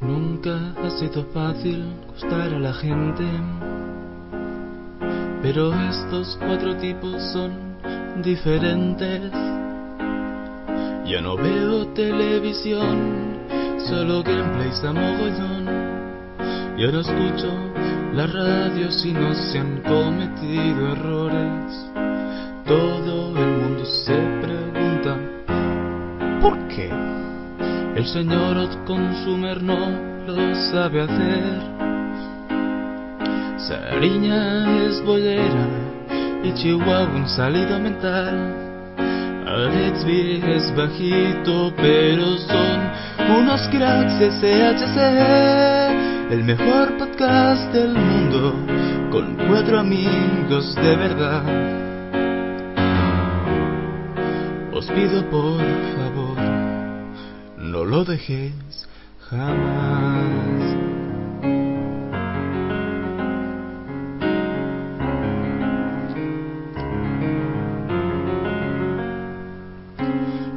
Nunca ha sido fácil gustar a la gente, pero estos cuatro tipos son diferentes. Ya no veo televisión, solo gameplays a mogollón. Ya no escucho la radio si no se han cometido errores. Todo el mundo se pregunta, ¿por qué? El señor Consumer no lo sabe hacer. Sariña es bollera y Chihuahua un salido mental. Alexby es bajito, pero son unos cracks SHC, el mejor podcast del mundo, con cuatro amigos de verdad. Os pido por favor, no lo dejéis jamás.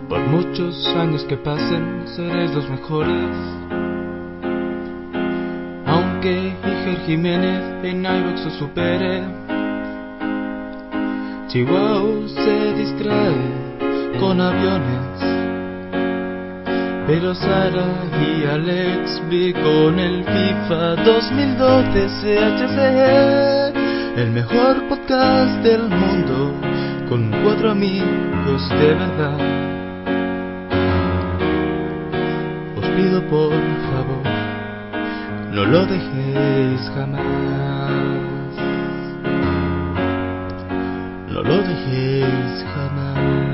Por muchos años que pasen, seréis los mejores. Aunque Iker Jiménez en iVox os supere, Chihuahua se distrae con aviones. Pero Sara y Alex vi con el FIFA 2012 CHC, el mejor podcast del mundo, con cuatro amigos de verdad. Os pido por favor, no lo dejéis jamás. No lo dejéis jamás.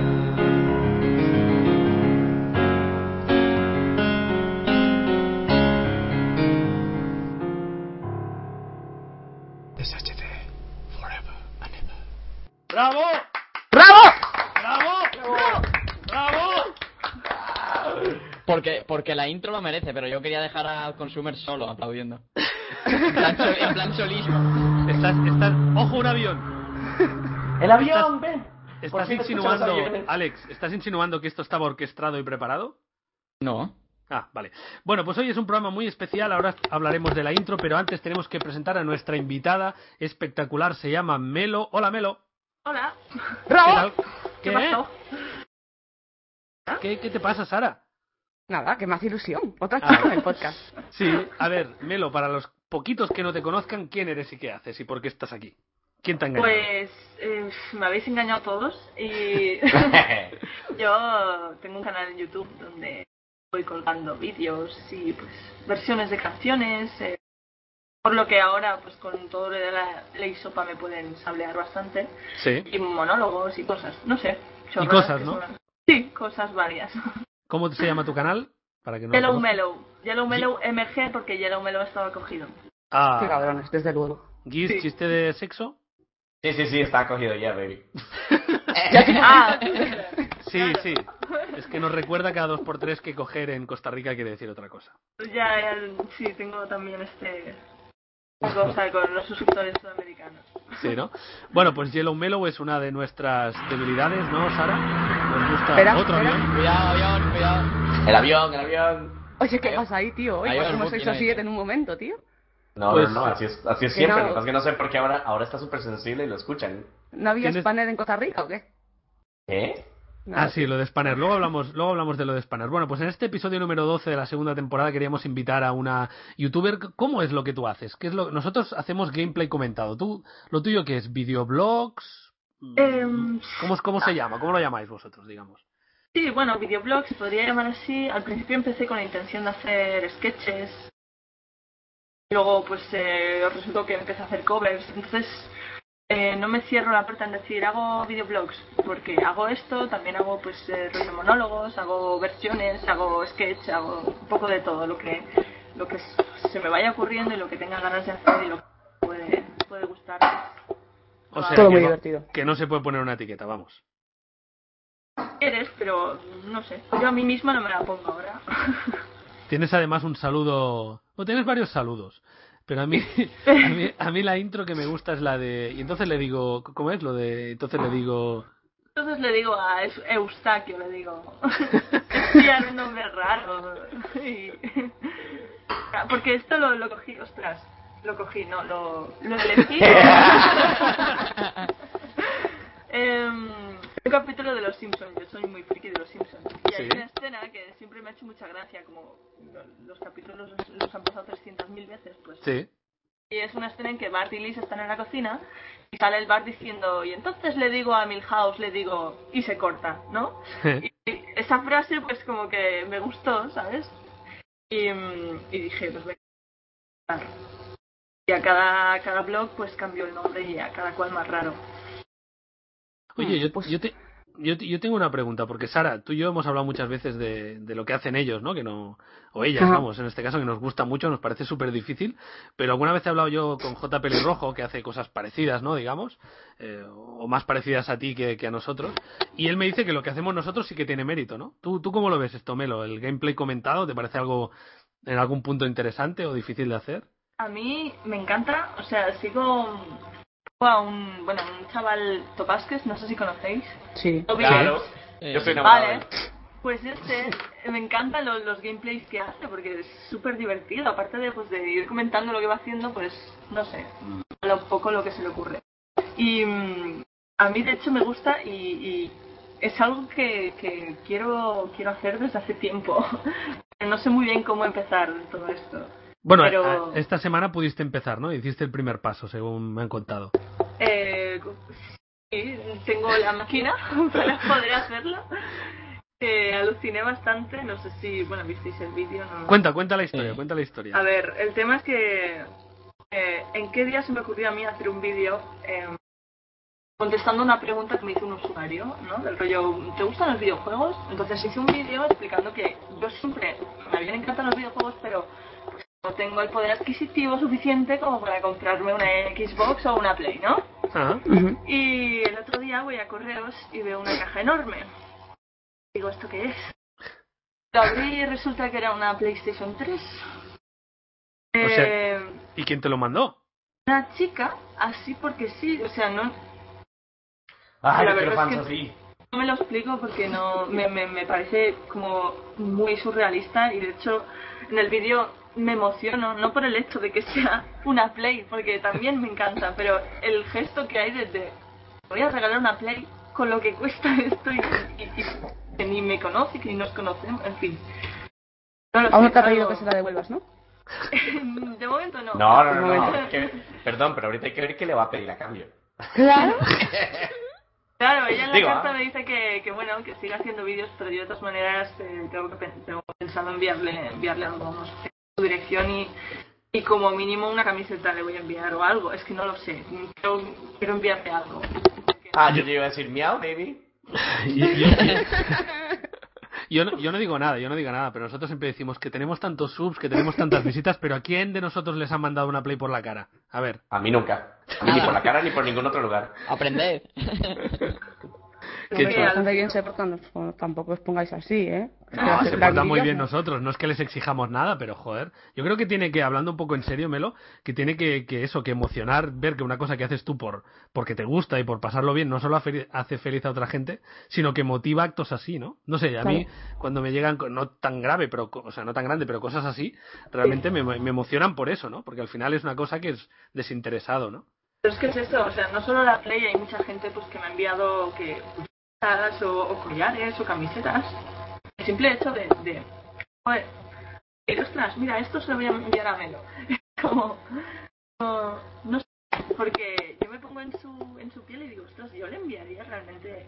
SHT, forever and ever. ¡Bravo! ¡Bravo! ¡Bravo! ¡Bravo! ¡Bravo! Porque, porque la intro lo merece, pero yo quería dejar a Consumer solo aplaudiendo. En plan, sol- en plan solismo. Estás, estás... ¡Ojo, un avión! ¡El avión, ven! Por Estás fin te escucho los insinuando, aviones. Alex, ¿estás insinuando que esto estaba orquestado y preparado? No. Ah, vale. Bueno, pues hoy es un programa muy especial, ahora hablaremos de la intro, pero antes tenemos que presentar a nuestra invitada espectacular, se llama Melo. Hola, Melo. Hola, ¡Bravo! ¿Qué tal? ¿qué, ¿Qué? pasó? ¿Qué- qué te pasa, Sara? Nada, que más ilusión. Otra Ah. chica en el podcast. Sí, a ver, Melo, para los poquitos que no te conozcan, ¿quién eres y qué haces y por qué estás aquí? ¿Quién te ha engañado? Pues eh, me habéis engañado todos y yo tengo un canal en YouTube donde voy colgando vídeos y pues versiones de canciones. eh, por lo que ahora, pues con todo lo de la ley sopa me pueden sablear bastante. Sí. Y monólogos y cosas, no sé. chorradas cosas, que ¿no? son- Sí, cosas varias. ¿Cómo se llama tu canal? Para que no lo Yellow conozcan. Mellow. Yellow Mellow MG porque Yellow Mellow estaba cogido. Qué Ah, cabrones, desde luego. Guis, Sí. chiste de sexo. Sí, sí, sí, está cogido ya, baby. Ah, Sí, sí. Es que nos recuerda cada dos por tres que coger en Costa Rica quiere decir otra cosa. Ya, ya, sí, tengo también este cosa con los suscriptores sudamericanos. Sí, ¿no? Bueno, pues Yellow Mellow es una de nuestras debilidades, ¿no, Sara? Nos gusta Espera, otro espera. avión. Cuidado, avión, cuidado. El avión, el avión. Oye, ¿qué Ahí- pasa ahí, tío? Hoy pues, ahí va el pasamos Buki, 6 o ahí. 7 en un momento, tío. No, Pues- no, no, así es, así es Que siempre. Lo no. que pasa es que no sé por qué ahora, ahora está súper sensible y lo escuchan. ¿No había ¿Tienes- Spanner en Costa Rica o qué? ¿Eh? Nada. Ah, sí, lo de Spanner. Luego hablamos, luego hablamos de lo de Spanner. Bueno, pues en este episodio número 12 de la segunda temporada queríamos invitar a una youtuber. ¿Cómo es lo que tú haces? ¿Qué es lo... Nosotros hacemos gameplay comentado. ¿Tú, ¿Lo tuyo qué es? ¿Videoblogs? Em, ¿Cómo, es- ¿Cómo se llama? ¿Cómo lo llamáis vosotros, digamos? Sí, bueno, videoblogs se podría llamar así. Al principio empecé con la intención de hacer sketches. Luego, pues, eh, resultó que empecé a hacer covers. Entonces, eh, no me cierro la puerta en decir hago videoblogs, porque hago esto, también hago pues eh, rollo monólogos, hago versiones, hago sketch, hago un poco de todo, lo que lo que se me vaya ocurriendo y lo que tenga ganas de hacer y lo que puede, puede gustar. O Ah, sea, Todo que muy no- divertido. que no se puede poner una etiqueta, vamos. Eres, pero no sé, yo a mí misma no me la pongo ahora. Tienes además un saludo. O tienes varios saludos. Pero a mí, a mí, a mí la intro que me gusta es la de. Y entonces le digo. ¿Cómo es lo de.? Entonces le digo. Entonces le digo a Eu- Eustaquio, le digo, enviar un nombre raro. y- Ah, Porque esto lo, lo cogí, ostras, lo cogí, no, lo, lo elegí. Em, un capítulo de Los Simpsons, yo soy muy friki de Los Simpsons. Y hay Sí. una escena que siempre me ha hecho mucha gracia, como lo- los capítulos los, los han pasado 300.000 veces, pues Sí. y es una escena en que Bart y Liz están en la cocina y sale el Bart diciendo, y entonces le digo a Milhouse, le digo, y se corta, ¿no? Y esa frase pues como que me gustó, ¿sabes? Y, mm, y dije, pues voy a intentar". Y a cada, cada blog pues cambió el nombre y a cada cual más raro. Oye, yo, Pues- yo, te, yo, te- yo tengo una pregunta, porque Sara, tú y yo hemos hablado muchas veces de, de lo que hacen ellos, ¿no? Que no o ellas, Ajá. vamos, en este caso, que nos gusta mucho, nos parece súper difícil, pero alguna vez he hablado yo con J. Pelirrojo, que hace cosas parecidas, ¿no? Digamos, eh, o más parecidas a ti que, que a nosotros, y él me dice que lo que hacemos nosotros sí que tiene mérito, ¿no? ¿Tú, tú cómo lo ves esto, Melo? ¿El gameplay comentado te parece algo en algún punto interesante o difícil de hacer? A mí me encanta, o sea, sigo a un, bueno, un chaval Topasques, no sé si conocéis. Sí. Lo vi- Claro. Sí. Eh, Yo estoy enamorado. Vale, de él. pues este, me encantan lo- los gameplays que hace porque es súper divertido. Aparte de, pues, de ir comentando lo que va haciendo, pues no sé, habla un poco lo que se le ocurre. Y mm, a mí, de hecho, me gusta y, y es algo que, que quiero, quiero hacer desde hace tiempo. Pero no sé muy bien cómo empezar todo esto. Bueno, Pero- a- esta semana pudiste empezar, ¿no? Hiciste el primer paso, según me han contado. Eh, sí, tengo la máquina para poder hacerlo. Eh, aluciné bastante, no sé si, bueno, visteis el vídeo, no Cuenta, cuenta la historia, Sí. cuenta la historia. A ver, el tema es que eh, en qué día se me ocurrió a mí hacer un vídeo eh, contestando una pregunta que me hizo un usuario, ¿no? Del rollo, ¿te gustan los videojuegos? Entonces hice un vídeo explicando que yo siempre me habían encantado los videojuegos, pero pues, no tengo el poder adquisitivo suficiente como para comprarme una Xbox o una Play, ¿no? Ah, Ujú. Y el otro día voy a correos y veo una caja enorme. Digo, ¿esto qué es? Lo abrí y resulta que era una PlayStation 3. O sea- Eh, ¿Y quién te lo mandó? Una chica, así porque sí, o sea, no, no Ay, La Ah, yo quiero verdad es fans que- así. me lo explico porque no me, me, me parece como muy surrealista y de hecho en el vídeo me emociono, no por el hecho de que sea una Play, porque también me encanta, pero el gesto que hay desde voy a regalar una Play con lo que cuesta esto y, y- y que ni me conoce, que ni nos conocemos, en fin. No lo Aún sé, no te ha pedido algo- que se la devuelvas, ¿no? De momento no. No, no, no. momento. no. que- Perdón, pero ahorita hay que ver qué le va a pedir a cambio. Claro. Claro, ella en la Digo, carta ah. me dice que, que bueno, que siga haciendo vídeos, pero yo de todas maneras eh, tengo, que, pen- tengo pensado enviarle, enviarle algo, vamos, su dirección y, y como mínimo una camiseta le voy a enviar o algo, es que no lo sé, quiero, quiero enviarle algo. Ah, yo te iba a decir, miau, baby. Yo, no, yo no digo nada, yo no digo nada, pero nosotros siempre decimos que tenemos tantos subs, que tenemos tantas visitas, pero ¿a quién de nosotros les han mandado una play por la cara? A ver, A mí nunca. A mí ni Nada. por la cara ni por ningún otro lugar. Aprended. Que Hombre, tal? bastante bien se portan. los- bueno, tampoco os pongáis así, ¿eh? No, Que se hacer portan Está muy blanquillas, bien ¿no? nosotros, no es que les exijamos nada, pero joder, yo creo que tiene que, hablando un poco en serio, Melo, que tiene que, que eso, que emocionar, ver que una cosa que haces tú por porque te gusta y por pasarlo bien, no solo hace- hace feliz a otra gente, sino que motiva actos así, ¿no? No sé, a mí cuando me llegan, co- no tan grave, pero, co- o sea, no tan grande, pero cosas así, realmente me, me emocionan por eso, ¿no? Porque al final es una cosa que es desinteresado, ¿no? Pero es que es esto, o sea, no solo la Play, hay mucha gente pues que me ha enviado que camisetas o, o collares o camisetas. El simple hecho de, de joder, eh, ostras, mira, esto se lo voy a enviar a Melo. Como, no, no sé, porque yo me pongo en su, en su piel y digo, ostras, yo le enviaría realmente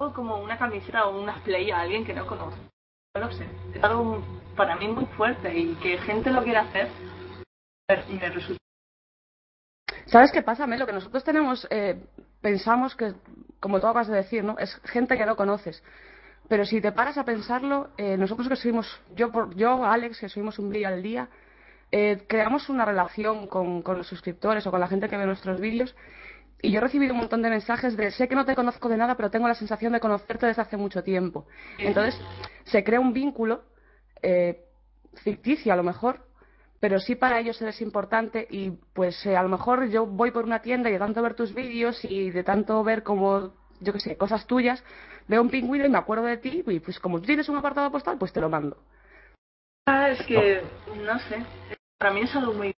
o como una camiseta o una Play a alguien que no conoce. No lo sé, es algo para mí muy fuerte y que gente lo quiera hacer, me me resulta ¿Sabes qué pasa, Mel? Lo que nosotros tenemos, eh, pensamos que, como tú acabas de decir, ¿no? Es gente que no conoces. Pero si te paras a pensarlo, eh, nosotros que subimos, yo, por- yo, Alex, que subimos un vídeo al día, eh, creamos una relación con, con los suscriptores o con la gente que ve nuestros vídeos. Y yo he recibido un montón de mensajes de, sé que no te conozco de nada, pero tengo la sensación de conocerte desde hace mucho tiempo. Entonces, se crea un vínculo eh, ficticio a lo mejor, pero sí para ellos eres importante y pues eh, a lo mejor yo voy por una tienda y de tanto ver tus vídeos y de tanto ver como, yo qué sé, cosas tuyas, veo un pingüino y me acuerdo de ti y pues como tú tienes un apartado postal, pues te lo mando. Ah, es que, no sé, para mí es algo muy...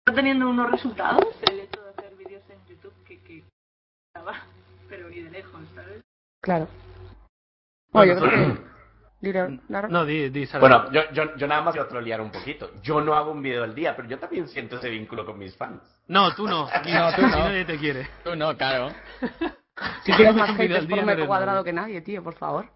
Está teniendo unos resultados el hecho de hacer vídeos en YouTube que, que estaba, pero ni de lejos, ¿sabes? Claro. Bueno, pues, Bueno, yo creo que... Dile, Lara. No, di, di, Sara. Bueno, yo, yo, yo nada más quiero trolear un poquito. Yo no hago un video al día, pero yo también siento ese vínculo con mis fans. No, tú no. Aquí, No, tú aquí no. nadie te quiere. Tú no, claro. si quieres no más te pidas día, haters por no metro eres cuadrado nadie. que nadie, tío, por favor.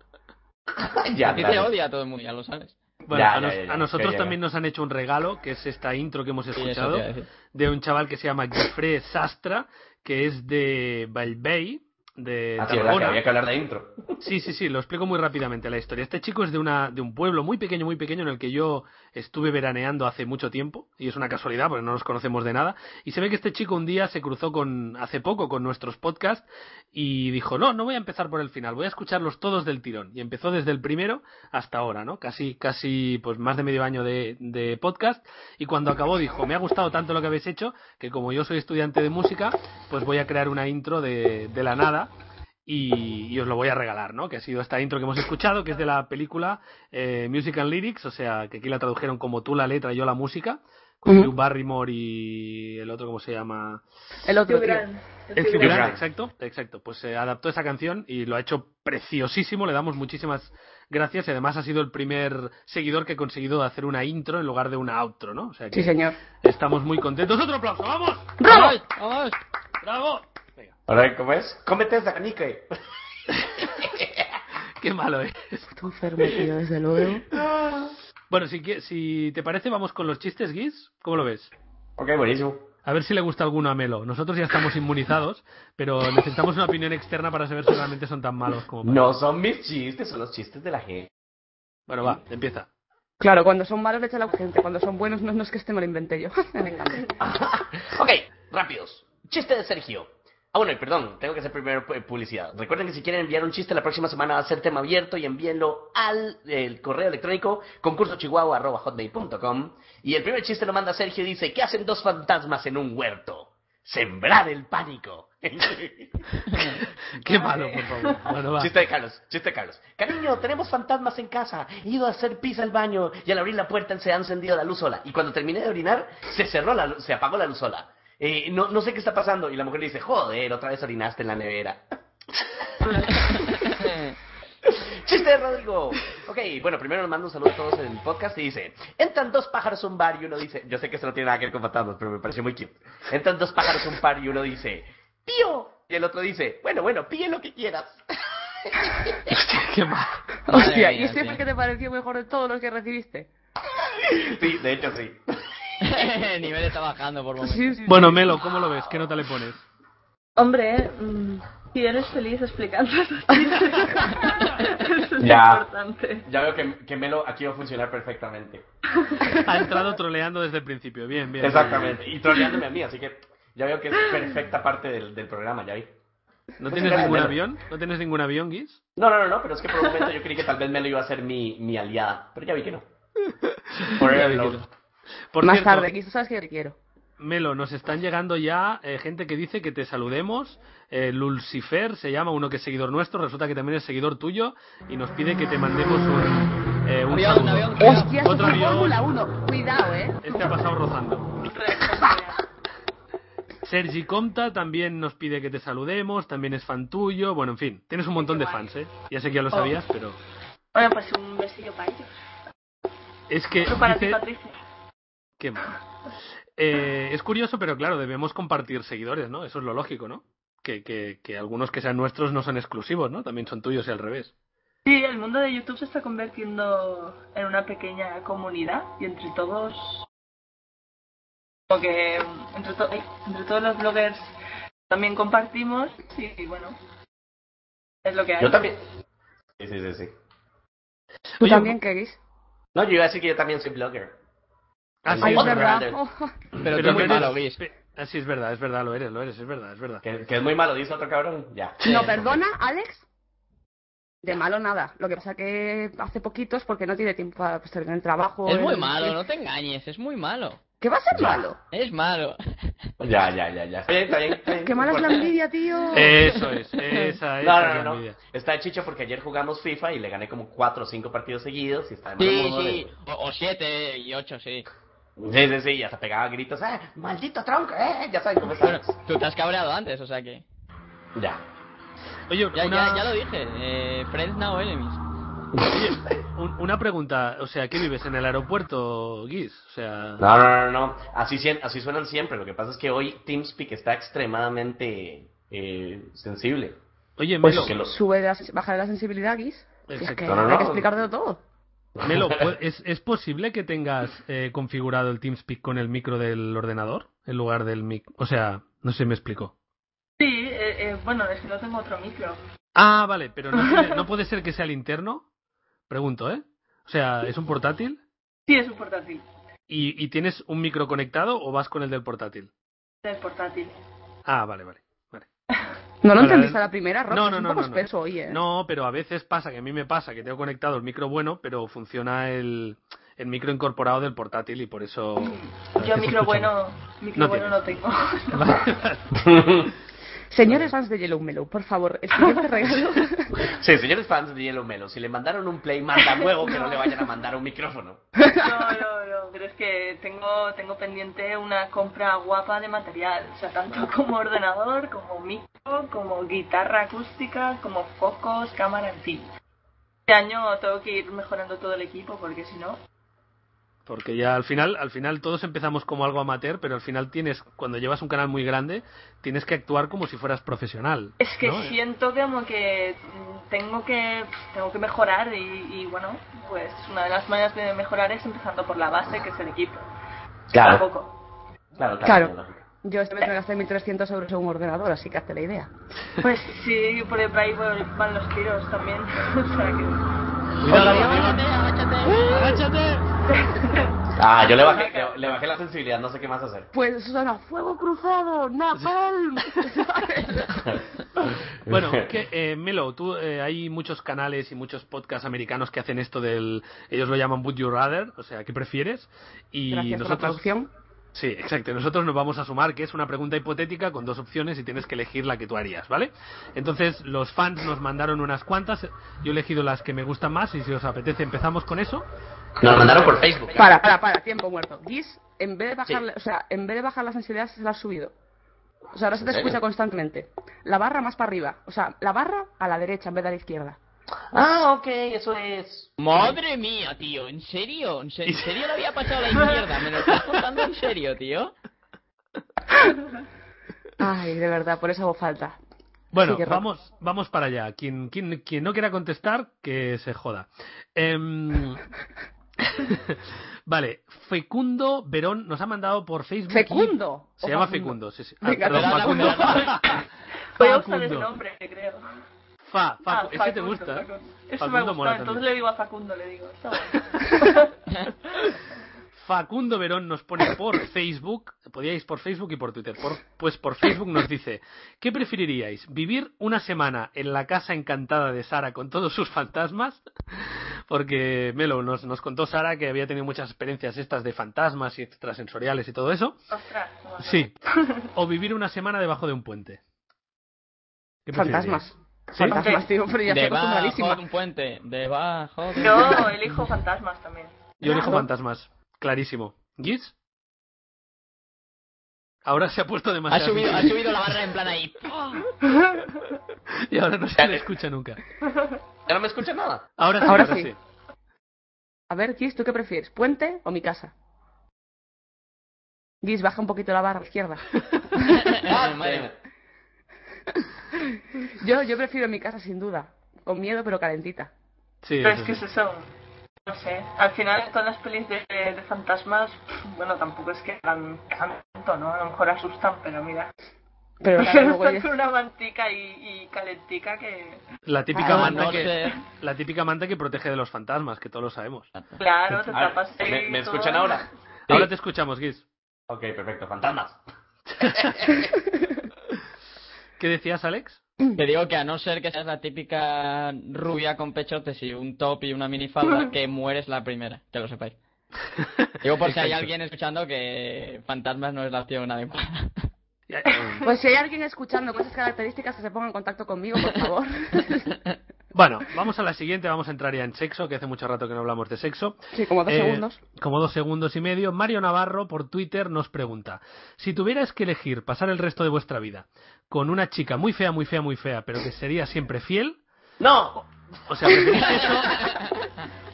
ya, A ti te claro. odia a todo el mundo, ya lo sabes. Bueno, Ya, a, ya, nos- ya, ya, a nosotros ya, ya. también nos han hecho un regalo, que es esta intro que hemos Sí, eso escuchado, te iba a decir. de un chaval que se llama Jeffrey Sastra, que es de Balbei, de Así Ah, es verdad que Tarragona. había que hablar de intro. Sí, sí, sí, lo explico muy rápidamente la historia. Este chico es de, una, de un pueblo muy pequeño, muy pequeño, en el que yo estuve veraneando hace mucho tiempo, y es una casualidad porque no nos conocemos de nada, y se ve que este chico un día se cruzó con, hace poco con nuestros podcasts y dijo, no, no voy a empezar por el final, voy a escucharlos todos del tirón. Y empezó desde el primero hasta ahora, ¿no? Casi, casi, pues más de medio año de, de podcast, y cuando acabó dijo, me ha gustado tanto lo que habéis hecho, que como yo soy estudiante de música, pues voy a crear una intro de, de la nada y, y os lo voy a regalar, ¿no? Que ha sido esta intro que hemos escuchado, que es de la película eh, Music and Lyrics, o sea, que aquí la tradujeron como tú la letra, yo la música, con Ujú. Drew Barrymore y el otro, ¿cómo se llama? El otro tío. El Hugh Grant, Grant. exacto, exacto. Pues se adaptó esa canción y lo ha hecho preciosísimo. Le damos muchísimas gracias y además ha sido el primer seguidor que ha conseguido hacer una intro en lugar de una outro, ¿no? O sea que Sí, señor. estamos muy contentos. ¡Otro aplauso! ¡Vamos! ¡Vamos! ¡Vamos! ¡Bravo! Venga, Ahora, ¿cómo es? Cómete esa canica. eh. qué malo es. Tú enfermo, tío, desde luego. Bueno, si, quie- si te parece, vamos con los chistes, Guis. ¿Cómo lo ves? Ok, buenísimo. A ver si le gusta alguno a Melo. Nosotros ya estamos inmunizados, pero necesitamos una opinión externa para saber si realmente son tan malos como. parece. No son mis chistes, son los chistes de la gente. Bueno, va, empieza. Claro, cuando son malos le echa la gente, cuando son buenos no, no es que este me lo inventé yo. Me encanta. ok, rápidos. Chiste de Sergio. Ah, bueno, y perdón, tengo que hacer primero eh, publicidad. Recuerden que si quieren enviar un chiste la próxima semana va a ser tema abierto y envíenlo al el correo electrónico concursochihuahua.hotmail.com y el primer chiste lo manda Sergio y dice, ¿qué hacen dos fantasmas en un huerto? Sembrar el pánico. Qué malo, por favor. Bueno, va. Chiste de Carlos, chiste de Carlos. Cariño, tenemos fantasmas en casa. He ido a hacer pis al baño y al abrir la puerta se ha encendido la luz sola. Y cuando terminé de orinar, se cerró la lu- se apagó la luz sola. Eh, no, no sé qué está pasando. Y la mujer le dice, joder, otra vez orinaste en la nevera. Chiste de Rodrigo. Ok, bueno, primero nos mando un saludo a todos en el podcast y dice, entran dos pájaros a un bar y uno dice, yo sé que eso no tiene nada que ver con fantasmas, pero me pareció muy cute. Entran dos pájaros a un par y uno dice, pío. Y el otro dice, bueno, bueno, píe lo que quieras. Qué malo. Madre Hostia, mía, ¿y este tío. fue el que te pareció mejor de todos los que recibiste? Sí, de hecho sí. el nivel está bajando por momentos. Sí, sí. Bueno, Melo, ¿cómo lo ves? ¿Qué nota le pones? Hombre, mm, si eres feliz explicando esas cosas, es Ya. importante. Ya veo que, que Melo aquí va a funcionar perfectamente. Ha entrado troleando desde el principio. Bien, bien. Exactamente. Y troleándome a mí, así que ya veo que es perfecta parte del, del programa, ya vi. ¿No Pues tienes ningún avión? ¿No tienes ningún avión, Guis? No, no, no, no, pero es que por un momento yo creí que tal vez Melo iba a ser mi, mi aliada, pero ya vi que no. Por Ya el- vi que no. Por Más cierto, tarde, quizás sabes que te quiero. Melo, nos están llegando ya eh, gente que dice que te saludemos. Eh, Lulcifer se llama uno que es seguidor nuestro, resulta que también es seguidor tuyo y nos pide que te mandemos un, eh, un Avión, saludo. avión. Hostia, eso Otro fue avión. Fórmula 1. Cuidado, eh. Este ha pasado rozando. Sergi Comta también nos pide que te saludemos, también es fan tuyo. Bueno, en fin, tienes un montón de fans, ¿eh? Ya sé que ya Oh. lo sabías, pero Bueno, pues un besillo para ellos. es que Otro para ti, dice- Patricia. Qué mal. Eh, es curioso, pero claro, debemos compartir seguidores, ¿no? Eso es lo lógico, ¿no? Que, que, que algunos que sean nuestros no son exclusivos, ¿no? También son tuyos y al revés. Sí, el mundo de YouTube se está convirtiendo en una pequeña comunidad y entre todos lo que mm, entre, to- ay, entre todos los bloggers también compartimos y, bueno, es lo que hay. Yo también. Sí, sí, sí, sí. ¿Tú Oye, también queréis? No, yo iba a decir que yo también soy blogger. Ah, sí, Ay, es es verdad. verdad. verdad. Oh, Pero tú eres muy eres- malo, Luis. pe- ah, sí, es verdad, es verdad, lo eres, lo eres, es verdad, es verdad. Que, que es muy malo, dice otro cabrón. Ya. No, perdona, Alex. De malo nada. Lo que pasa que hace poquitos porque no tiene tiempo para estar en el trabajo. Es muy en- malo, no te engañes, es muy malo. ¿Qué va a ser Ya. malo? Es malo. Ya, ya, ya, ya. Está bien, está bien, está bien. Qué mala es la envidia, tío. Eh, Eso es, esa es No, la no, no, no. envidia. Está de chicho porque ayer jugamos FIFA y le gané como 4 o 5 partidos seguidos y está de mal Sí, humor. sí. O, o siete y ocho, sí. Sí, sí, sí, y hasta pegaba gritos, ¡eh! ¡Maldito tronco! ¡eh! Ya sabes cómo Bueno, estás. tú te has cabreado antes, o sea que. Ya. Oye, Ya, una... ya, ya lo dije. Eh, friends now enemies. Un- Una pregunta, o sea, ¿qué vives en el aeropuerto, Guis? O sea, No, no, no, no. Así, sien- así suenan siempre. Lo que pasa es que hoy TeamSpeak está extremadamente eh, sensible. oye, Pues Melo, que lo- Sube la, baja la sensibilidad, Guis. Si es que No, no, no. hay que explicártelo todo. Melo, ¿pu- pues- ¿es, es posible que tengas eh, configurado el TeamSpeak con el micro del ordenador en lugar del mic? O sea, no sé, si me explico. Sí, eh, eh, bueno, es que no tengo otro micro. Ah, vale, pero no puede, no puede ser que sea el interno. Pregunto, ¿eh? O sea, ¿es un portátil? Sí, es un portátil. ¿Y, y tienes un micro conectado o vas con el del portátil? Es portátil. Ah, vale, vale. No lo Para- entendiste a la primera, Rob. No, es no, un no, poco no, no. espeso hoy, ¿eh? No, pero a veces pasa, que a mí me pasa, que tengo conectado el micro bueno, pero funciona el, el micro incorporado del portátil y por eso... Yo micro bueno, micro No bueno no tengo. Señores fans de Yellow Mellow, por favor, el siguiente regalo. Sí, señores fans de Yellow Melo, si le mandaron un play, manda huevo que no le vayan a mandar un micrófono. No, no, no, pero es que tengo, tengo pendiente una compra guapa de material, o sea, tanto como ordenador, como micro, como guitarra acústica, como focos, cámara, en fin. Este año tengo que ir mejorando todo el equipo porque si no... Porque ya al final, al final todos empezamos como algo amateur, pero al final tienes, cuando llevas un canal muy grande, tienes que actuar como si fueras profesional. Es que ¿no? siento que como que mm, tengo que tengo que mejorar y, y bueno, pues una de las maneras de mejorar es empezando por la base, que es el equipo. Claro, Tampoco. claro, Claro. claro. Yo este mes me gasté 1.300 euros en un ordenador, así que hazte la idea. Pues sí, por ahí van los tiros también. o sea que... Cuidado, Agáchate, agáchate, agáchate. Ah, yo le bajé, le, le bajé la sensibilidad, no sé qué más hacer. Pues eso era fuego cruzado, napalm. Bueno, que, eh, Melo, tú, eh, hay muchos canales y muchos podcasts americanos que hacen esto del, ellos lo llaman Would You Rather, o sea, ¿qué prefieres? Y Gracias por la nosotros, traducción. Sí, exacto. Nosotros nos vamos a sumar que es una pregunta hipotética con dos opciones y tienes que elegir la que tú harías, ¿vale? Entonces, los fans nos mandaron unas cuantas. Yo he elegido las que me gustan más y si os apetece empezamos con eso. Nos mandaron por Facebook. Para, para, para, tiempo muerto. Gis, en vez de bajar, o sea, en vez de bajar la sensibilidad, se la ha subido. O sea, ahora se te ¿En serio? escucha constantemente. La barra más para arriba. O sea, la barra a la derecha en vez de a la izquierda. Ah, ok, eso es. Madre mía, tío, ¿en serio? ¿En, se- en serio le había pasado a la izquierda? ¿Me lo estás contando en serio, tío? Ay, de verdad, por eso hago falta. Bueno, Sí, que Rob. vamos, vamos para allá. Quien, quien, quien no quiera contestar, que se joda. Em, vale, Fecundo Verón nos ha mandado por Facebook. y- Fecundo. Se ¿O llama Fecundo, Facundo? sí, sí. Venga, Ah, perdón, te la hago, te la Facundo. Voy a usar ese Facundo. nombre, creo. Fa, Facu- Ah, ese te Facundo, gusta. ¿eh? Facundo. Eso Facundo me gustó, mola entonces también. le digo a Facundo, le digo. está bueno. Facundo Verón nos pone por Facebook, podíais por Facebook y por Twitter, por- pues por Facebook nos dice, ¿qué preferiríais? ¿Vivir una semana en la casa encantada de Sara con todos sus fantasmas? Porque Melo nos, nos contó Sara que había tenido muchas experiencias estas de fantasmas y extrasensoriales y todo eso. Ostras. no me acuerdo. Sí. O vivir una semana debajo de un puente. ¿Qué Fantasmas. preferiríais? ¿Sí? Fantasmas, tío, pero ya estoy Debajo de acostumbradísima. Ah, un puente, debajo de un Yo elijo fantasmas también. Yo elijo Claro. fantasmas, clarísimo. ¿Giz? Ahora se ha puesto Ha demasiado. subido, ha subido la barra en plan ahí. ¡pah! Y ahora no se le escucha nunca. Ya no me escucha nada. Ahora sí. Ahora ahora sí. sí. A ver, Gis, ¿tú qué prefieres? ¿Puente o mi casa? Gis, baja un poquito la barra izquierda. Ah, madre mía. Yo, yo prefiero mi casa sin duda. Con miedo, pero calentita. Sí, Pero eso es que sí. es eso. No sé, al final todas las pelis de, de fantasmas, pff, bueno, tampoco es que hagan hagan tanto, ¿no? A lo mejor asustan, pero mira. Pero claro, luego Están ya- con una mantica y, y calentica que... La típica, Ah, manta no que, sé. la típica manta que protege de los fantasmas, que todos lo sabemos. Claro, te A ver, tapas ahí ¿me, me todo. escuchan ahora? Ahora te escuchamos, Giz. Ok, perfecto, fantasmas. ¿Qué decías, Alex? Te digo que a no ser que seas la típica rubia con pechotes y un top y una minifalda, que mueres la primera, que lo sepáis. Digo por si hay alguien escuchando que fantasmas no es la opción adecuada. Pues si hay alguien escuchando con esas características, que se ponga en contacto conmigo, por favor. Bueno, vamos a la siguiente, vamos a entrar ya en sexo, que hace mucho rato que no hablamos de sexo. sí, como dos Eh, segundos. Como dos segundos y medio. Mario Navarro por Twitter nos pregunta: Si tuvierais que elegir pasar el resto de vuestra vida con una chica muy fea, muy fea, muy fea, pero que sería siempre fiel, ¡No! o sea, ¿preferís eso?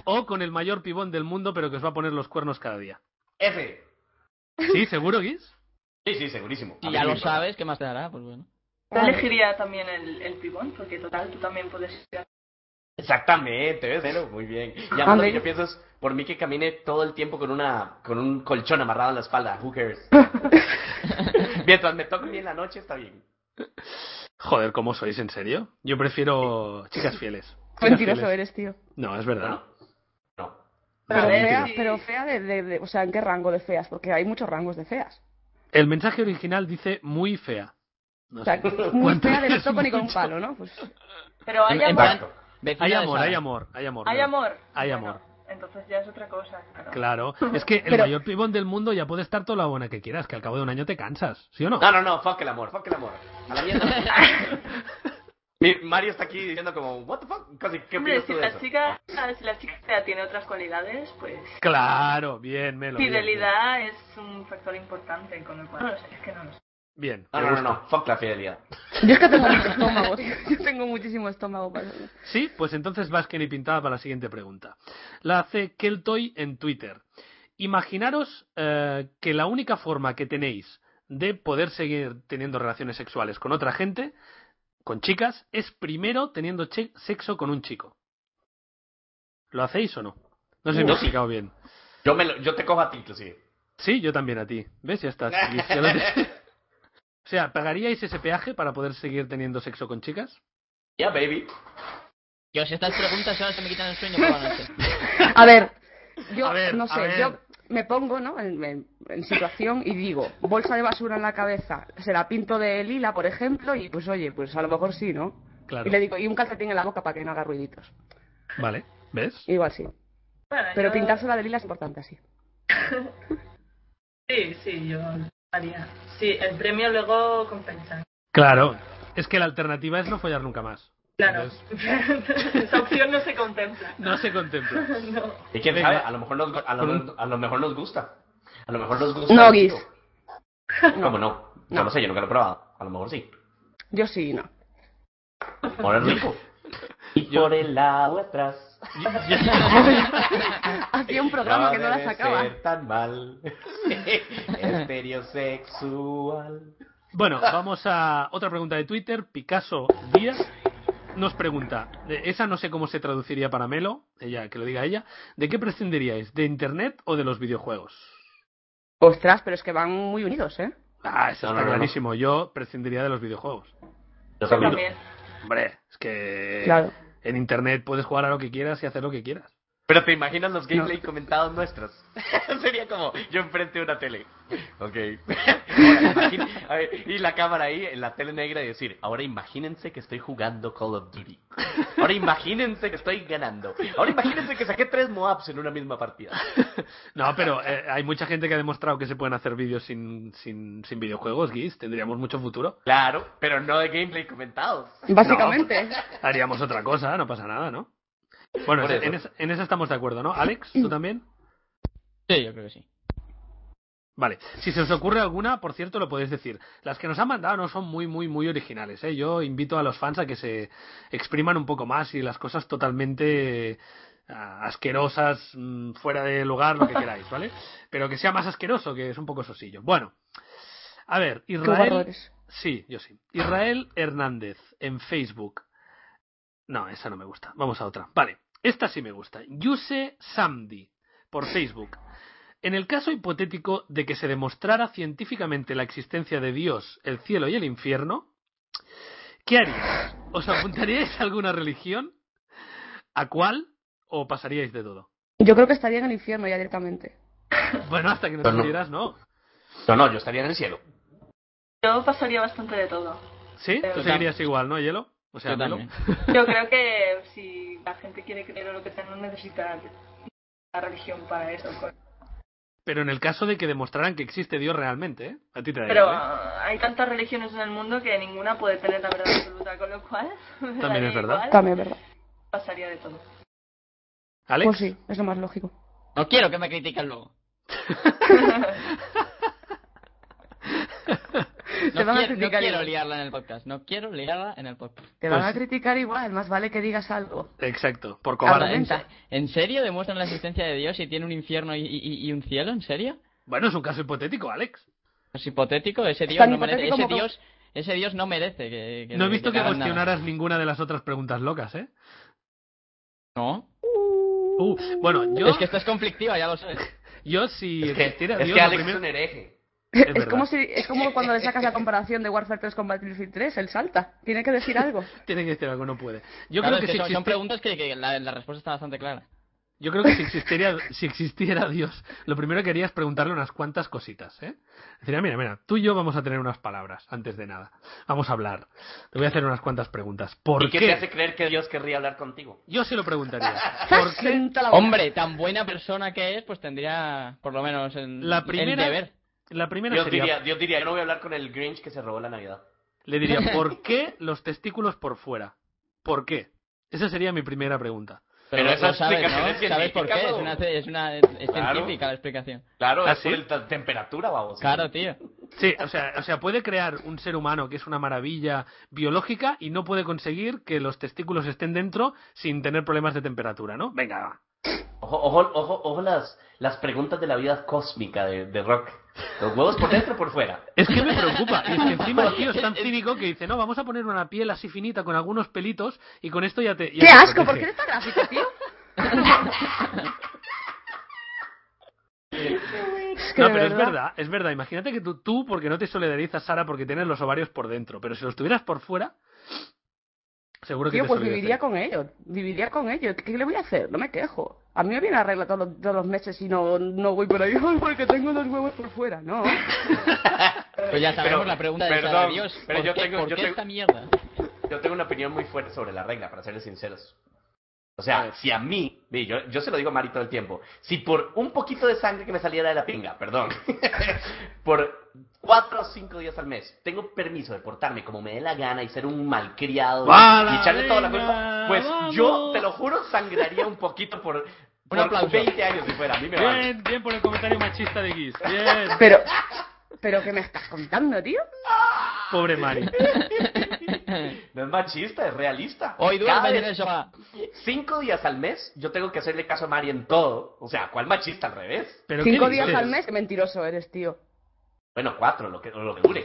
o con el mayor pibón del mundo, pero que os va a poner los cuernos cada día. F. ¿Sí? ¿Seguro, Guis? Sí, sí, segurísimo. A Si mí ya no me lo importa. sabes, ¿qué más te dará? Pues bueno. Yo elegiría también el, el pibón, porque total, tú también puedes... ser- Exactamente, ¿ves? Bueno, muy bien. Y Ah, además lo que ¿ves? yo pienso es, por mí que camine todo el tiempo con una con un colchón amarrado en la espalda, who cares. Mientras me toque bien la noche, está bien. Joder, ¿cómo sois? ¿En serio? Yo prefiero chicas fieles. Chicas Mentiroso fieles. eres, tío. No, es verdad. No. Pero A ver, fea, sí. pero fea de, de- de- O sea, ¿en qué rango de feas? Porque hay muchos rangos de feas. El mensaje original dice muy fea. No O sea, sé. muy ¿Cuánto fea de no es toco ni con un mucho? palo, ¿no? Pues, Pero hay En- en amor, plan, Exacto. vecina Hay de amor, Sara. hay amor, hay amor. hay claro. amor. Hay Bueno, amor. Entonces ya es otra cosa. claro. Claro, es que el Pero- mayor pibón del mundo ya puede estar toda la buena que quieras, que al cabo de un año te cansas, ¿sí o no? No, no, no, fuck el amor, fuck el amor. A la mierda. Mi- Mario está aquí diciendo como, what the fuck, casi, ¿qué Hombre, opinas si tú de la eso? chica, ah, si la chica fea tiene otras cualidades, pues Claro, bien, Melo. bien, fidelidad es un factor importante con el cual no lo sé, es que no lo sé. Bien, No, me no, no, gusta. no, fuck la fidelidad. yo es que tengo mucho estómago, tío. Yo tengo muchísimo estómago para eso. Sí, pues entonces vas que ni pintada para la siguiente pregunta. La hace Keltoy en Twitter. Imaginaros eh, que la única forma que tenéis de poder seguir teniendo relaciones sexuales con otra gente, con chicas, es primero teniendo che- sexo con un chico. ¿Lo hacéis o no? No sé si me Yo he sí. explicado bien. Yo, me lo- yo te cojo a ti, inclusive. Sí, yo también a ti. ¿Ves? Ya estás. Ya lo te- O sea, ¿pagaríais ese peaje para poder seguir teniendo sexo con chicas? Yeah, baby. Yo, si estas preguntas ahora se me quitan el sueño pues por la noche. A ver, yo A ver, no a sé, ver. yo me pongo ¿no? en, en- en situación y digo, bolsa de basura en la cabeza, se la pinto de lila, por ejemplo, y pues oye, pues a lo mejor sí, ¿no? Claro. Y le digo, y un calcetín en la boca para que no haga ruiditos. Vale. ¿Ves? Igual sí. Bueno, Pero yo- pintársela de lila es importante, así. Sí, sí, yo haría. Sí, el premio luego compensa. Claro. Es que la alternativa es no follar nunca más. Claro. Entonces, Esa opción no se contempla. no se contempla. No. Y quién Venga. sabe, a lo mejor nos, a lo, a lo mejor nos gusta. A lo mejor nos gusta. No, el Guis. chico. ¿Cómo no? No, lo sé, yo nunca lo he probado. A lo mejor sí. Yo sí, y no. Por el rico. Y por el lado atrás. Hacía un programa que no la debe sacaba. ser tan mal. Este, Estereosexual. Bueno, vamos a otra pregunta de Twitter. Picasso Díaz nos pregunta, eh, esa no sé cómo se traduciría para Melo, ella que lo diga ella, ¿de qué prescindiríais? ¿De internet o de los videojuegos? Ostras, pero es que van muy unidos, ¿eh? Ah, eso No, está no, no, no. clarísimo. Yo prescindiría de los videojuegos. Yo Yo también. también. Hombre, es que Claro. en internet puedes jugar a lo que quieras y hacer lo que quieras. Pero te imaginas los gameplay comentados nuestros. Sería como yo enfrente de una tele. Ok. Ahora, imagín- a ver, y la cámara ahí en la tele negra y decir, ahora imagínense que estoy jugando Call of Duty. Ahora imagínense que estoy ganando. Ahora imagínense que saqué tres Moabs en una misma partida. No, pero eh, hay mucha gente que ha demostrado que se pueden hacer vídeos sin, sin, sin videojuegos, Guis. Tendríamos mucho futuro. Claro, pero no de gameplay comentados. Básicamente. Haríamos otra cosa, no pasa nada, ¿no? Bueno, Por en, eso. esa, en esa estamos de acuerdo, ¿no? Alex, ¿tú también? Sí, yo creo que sí. Vale, si se os ocurre alguna, por cierto, lo podéis decir. Las que nos han mandado no son muy, muy, muy originales. ¿eh? Yo invito a los fans a que se expriman un poco más y las cosas totalmente eh, asquerosas, mm, fuera de lugar, lo que queráis, ¿vale? Pero que sea más asqueroso, que es un poco sosillo. Bueno, a ver, Qué guarro Israel. eres. Sí, yo sí. Israel Hernández en Facebook. No, esa no me gusta. Vamos a otra. Vale. Esta sí me gusta. Yuse Samdi, por Facebook. En el caso hipotético de que se demostrara científicamente la existencia de Dios, el cielo y el infierno, ¿qué haríais? ¿Os apuntaríais a alguna religión? ¿A cuál? ¿O pasaríais de todo? Yo creo que estaría en el infierno ya directamente. Bueno, hasta que no te Pues no. morirás, ¿no? No, no, yo estaría en el cielo. Yo pasaría bastante de todo. ¿Sí? Tú Yo seguirías igual, ¿no, Hielo? O sea, Yo Melo. también. Yo creo que si la gente quiere creer en lo que sea, no necesita la religión para eso. pues. Pero en el caso de que demostraran que existe Dios realmente, ¿eh? A ti te da Pero igual, ¿eh? ah, hay tantas religiones en el mundo que ninguna puede tener la verdad absoluta, con lo cual. me También es daría verdad. igual, También, ¿verdad? Pasaría de todo. ¿Alex? Pues sí, es lo más lógico. No quiero que me critiquen luego. No, Te van a quiero, no criticar quiero igual. liarla en el podcast. No quiero liarla en el podcast. Te Pues van a sí. criticar igual, más vale que digas algo. Exacto, por Ahora, cobarde. ¿En, Argumenta. en serio demuestran la existencia de Dios y tiene un infierno y, y- y un cielo? ¿En serio? Bueno, es un caso hipotético, Alex. Es hipotético. Ese Dios tan no merece. hipotético Ese como que- Dios, ese Dios no merece que. No he visto que le hagan nada. cuestionaras ninguna de las otras preguntas locas, ¿eh? No. Uh, bueno, yo, Es que esto es conflictivo, ya lo sabes. yo si es que, existiera es Dios, que lo Alex es primero- un hereje. Es Es, verdad. como si, es como cuando le sacas la comparación de Warfare 3 con Battlefield 3, él salta. Tiene que decir algo. tiene que decir algo, no puede. Yo Claro, creo es que, que si son, son existi- preguntas que, que la, la respuesta está bastante clara. Yo creo que si existiera, si existiera Dios, lo primero que haría es preguntarle unas cuantas cositas, ¿eh? Decir, "Ah, mira, mira, tú y yo vamos a tener unas palabras antes de nada. Vamos a hablar. Te voy a hacer unas cuantas preguntas. ¿Por ¿Y qué te hace creer que Dios querría hablar contigo? Yo se lo preguntaría. ¿Por qué Senta la boca. Hombre, tan buena persona que es, pues tendría por lo menos el, La el primera- deber. la primera Dios sería, diría, Dios diría, yo no voy a hablar con el Grinch que se robó la Navidad. le diría, ¿por qué los testículos por fuera? ¿Por qué? Esa sería mi primera pregunta. Pero, Pero esa lo sabes, ¿no? explicación es ¿Sabes por qué? Es científica, ¿no? una, es una- es Claro. científica la explicación. Claro, ¿Ah, es por sí? el ta- temperatura, vamos. Claro, tío. Sí, o sea, o sea, puede crear un ser humano que es una maravilla biológica y no puede conseguir que los testículos estén dentro sin tener problemas de temperatura, ¿no? Venga, va. Ojo, ojo, ojo, ojo las, las preguntas de la vida cósmica de, de Rock. Los huevos por dentro o por fuera. Es que me preocupa. Y es que encima el tío es tan cínico que dice, no, vamos a poner una piel así finita con algunos pelitos y con esto ya te... ya ¡Qué te protege". asco! ¿Por qué eres tan gráfico, tío? es que no, de pero es verdad, es verdad. Imagínate que tú, tú, porque no te solidarizas, Sara, porque tienes los ovarios por dentro, pero si los tuvieras por fuera, seguro que Tío, te pues solidarizarías. viviría con ello. Viviría con ello. ¿Qué, qué le voy a hacer? No me quejo. A mí me viene la regla todos, los- todos los meses y no, no voy por ahí "Ay, porque tengo los huevos por fuera. No. Pues ya sabemos Pero- la pregunta de perdón, Sara Dios. pero ¿Por yo qué, tengo- por yo qué tengo- esta mierda? Yo tengo una opinión muy fuerte sobre la regla, para serles sinceros. O A sea, ver. si a mí, y yo, yo se lo digo a Mari todo el tiempo, si por un poquito de sangre que me saliera de la pinga, perdón, por cuatro o cinco días al mes, tengo permiso de portarme como me dé la gana y ser un malcriado ¡Vala, y echarle toda la venga, culpa, pues vamos! yo, te lo juro, sangraría un poquito por, por aplauso. 20 años si fuera, a mí me vale. Bien, bien por el comentario machista de Guis. Bien. Pero, ¿pero qué me estás contando, tío? Pobre Mari. No es machista, es realista. Hoy Cada duermes en vez- el sofá. Cinco días al mes, yo tengo que hacerle caso a Mari en todo. O sea, ¿cuál machista al revés? Pero Cinco ¿qué días dices? al mes, qué mentiroso eres, tío. Bueno, cuatro, lo que, lo que dure.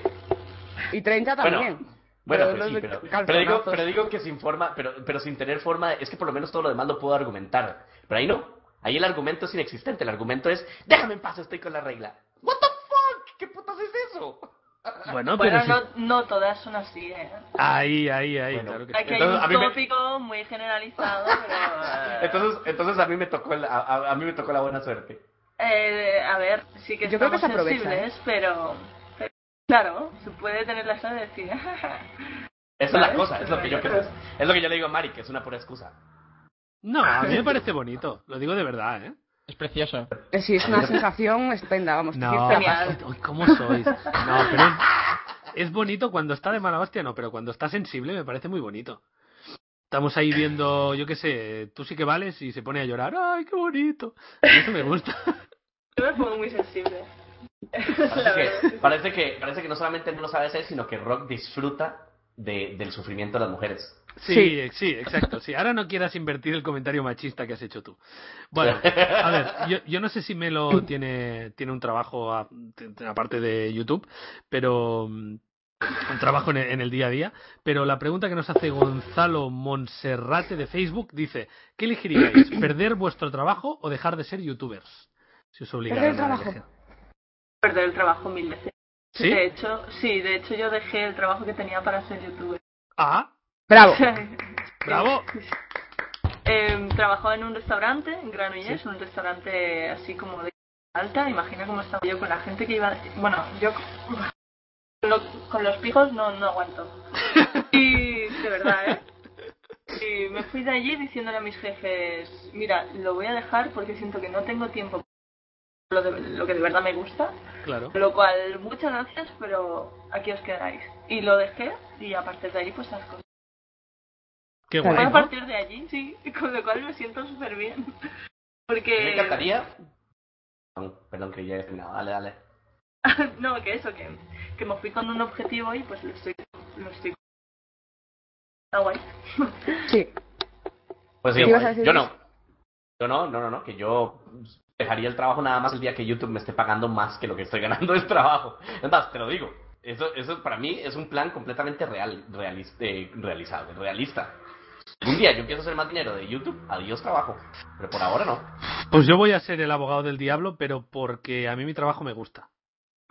Y 30 también. Bueno, bueno, Pero pues sí, los pero, calzonazos. pero digo, pero digo que sin forma, pero, pero sin tener forma, es que por lo menos todo lo demás lo puedo argumentar. Pero ahí no. Ahí el argumento es inexistente. El argumento es, déjame en paz, estoy con la regla. What the fuck? ¿Qué putas es eso? Bueno, pero Bueno, sí. no, no todas son así, ¿eh? Ahí, ahí, ahí. Bueno. claro que sí. Aquí hay Entonces, a un mí me- tópico muy generalizado, pero... eh, Entonces, entonces a mí me tocó el- a, a- a mí me tocó la buena suerte. Eh, a ver, sí que Yo creo que estamos se aprovecha, ¿eh? sensibles, pero, pero claro, se puede tener la chance de decir, Esa es la cosa, es lo que yo creo. Es lo que yo le digo a Mari, que es una pura excusa. No, a mí me parece bonito. Lo digo de verdad, ¿eh? Es precioso. Eh, Sí, es una sensación estupenda, vamos. No, decirte- genial. uy, ¿cómo sois? No, pero es, es bonito cuando está de mala hostia, no, pero cuando está sensible me parece muy bonito. Estamos ahí viendo, yo qué sé, tú sí que vales y se pone a llorar. ¡Ay, qué bonito! A mí Eso me gusta. yo me pongo muy sensible. La verdad. Parece que, parece que, parece que no solamente no lo sabe hacer, sino que Rock disfruta de- del sufrimiento de las mujeres. Sí, Sí. eh, sí, exacto. Sí, ahora no quieras invertir el comentario machista que has hecho tú. Bueno, a ver, yo, yo no sé si Melo tiene, tiene un trabajo a- t- t- aparte de YouTube, pero mm, un trabajo en el, en el día a día. Pero la pregunta que nos hace Gonzalo Monserrate de Facebook dice: ¿Qué elegiríais? ¿Perder vuestro trabajo o dejar de ser youtubers? Si os obligaran Perder el a trabajo. elegir. Perder el trabajo mil veces. ¿Sí? De hecho, sí, de hecho yo dejé el trabajo que tenía para ser youtuber. Ah, Bravo. bravo. Em, trabajaba en un restaurante en Granollers, un restaurante así como de alta. Imagina cómo estaba yo con la gente que iba. Bueno, yo con- con, lo- con los pijos no, no aguanto. Y de verdad, ¿eh? Y me fui de allí diciéndole a mis jefes: Mira, lo voy a dejar porque siento que no tengo tiempo para lo, de- lo que de verdad me gusta. Claro. Lo cual, muchas gracias, pero aquí os quedáis. Y lo dejé y a partir de ahí, pues las cosas. Qué Claro. guay. A ¿no? partir de allí, sí, con lo cual me siento súper bien. Me Porque. encantaría. Perdón, Perdón que ya he terminado. Dale, dale. no, que eso, que, que me fui con un objetivo y pues lo estoy. Lo estoy. Está guay. Sí. Pues sí, ¿Qué ibas guay. a decir, yo Luis? no. Yo no, no, no, no, que yo dejaría el trabajo nada más el día que YouTube me esté pagando más que lo que estoy ganando el trabajo. Es más, te lo digo. Eso, eso para mí es un plan completamente real, realis- eh, realizable, realista. Un día yo empiezo a hacer más dinero de YouTube, adiós trabajo. Pero por ahora no. Pues yo voy a ser el abogado del diablo, pero porque a mí mi trabajo me gusta.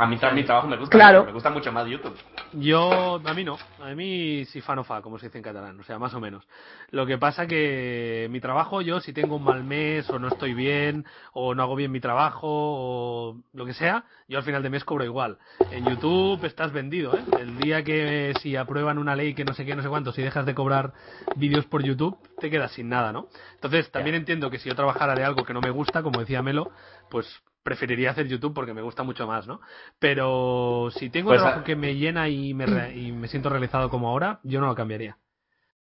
A mí tra- mi trabajo me gusta, Claro. me gusta mucho más YouTube. Yo, a mí no. A mí sí fan o fa, como se dice en catalán. O sea, más o menos. Lo que pasa que mi trabajo, yo si tengo un mal mes, o no estoy bien, o no hago bien mi trabajo, o lo que sea, yo al final de mes cobro igual. En YouTube estás vendido, ¿eh? El día que si aprueban una ley que no sé qué, no sé cuánto, si dejas de cobrar vídeos por YouTube, te quedas sin nada, ¿no? Entonces, también entiendo que si yo trabajara de algo que no me gusta, como decía Melo, pues preferiría hacer YouTube porque me gusta mucho más, ¿no? Pero si tengo Pues, trabajo ah. que me llena y me, re- y me siento realizado como ahora, yo no lo cambiaría.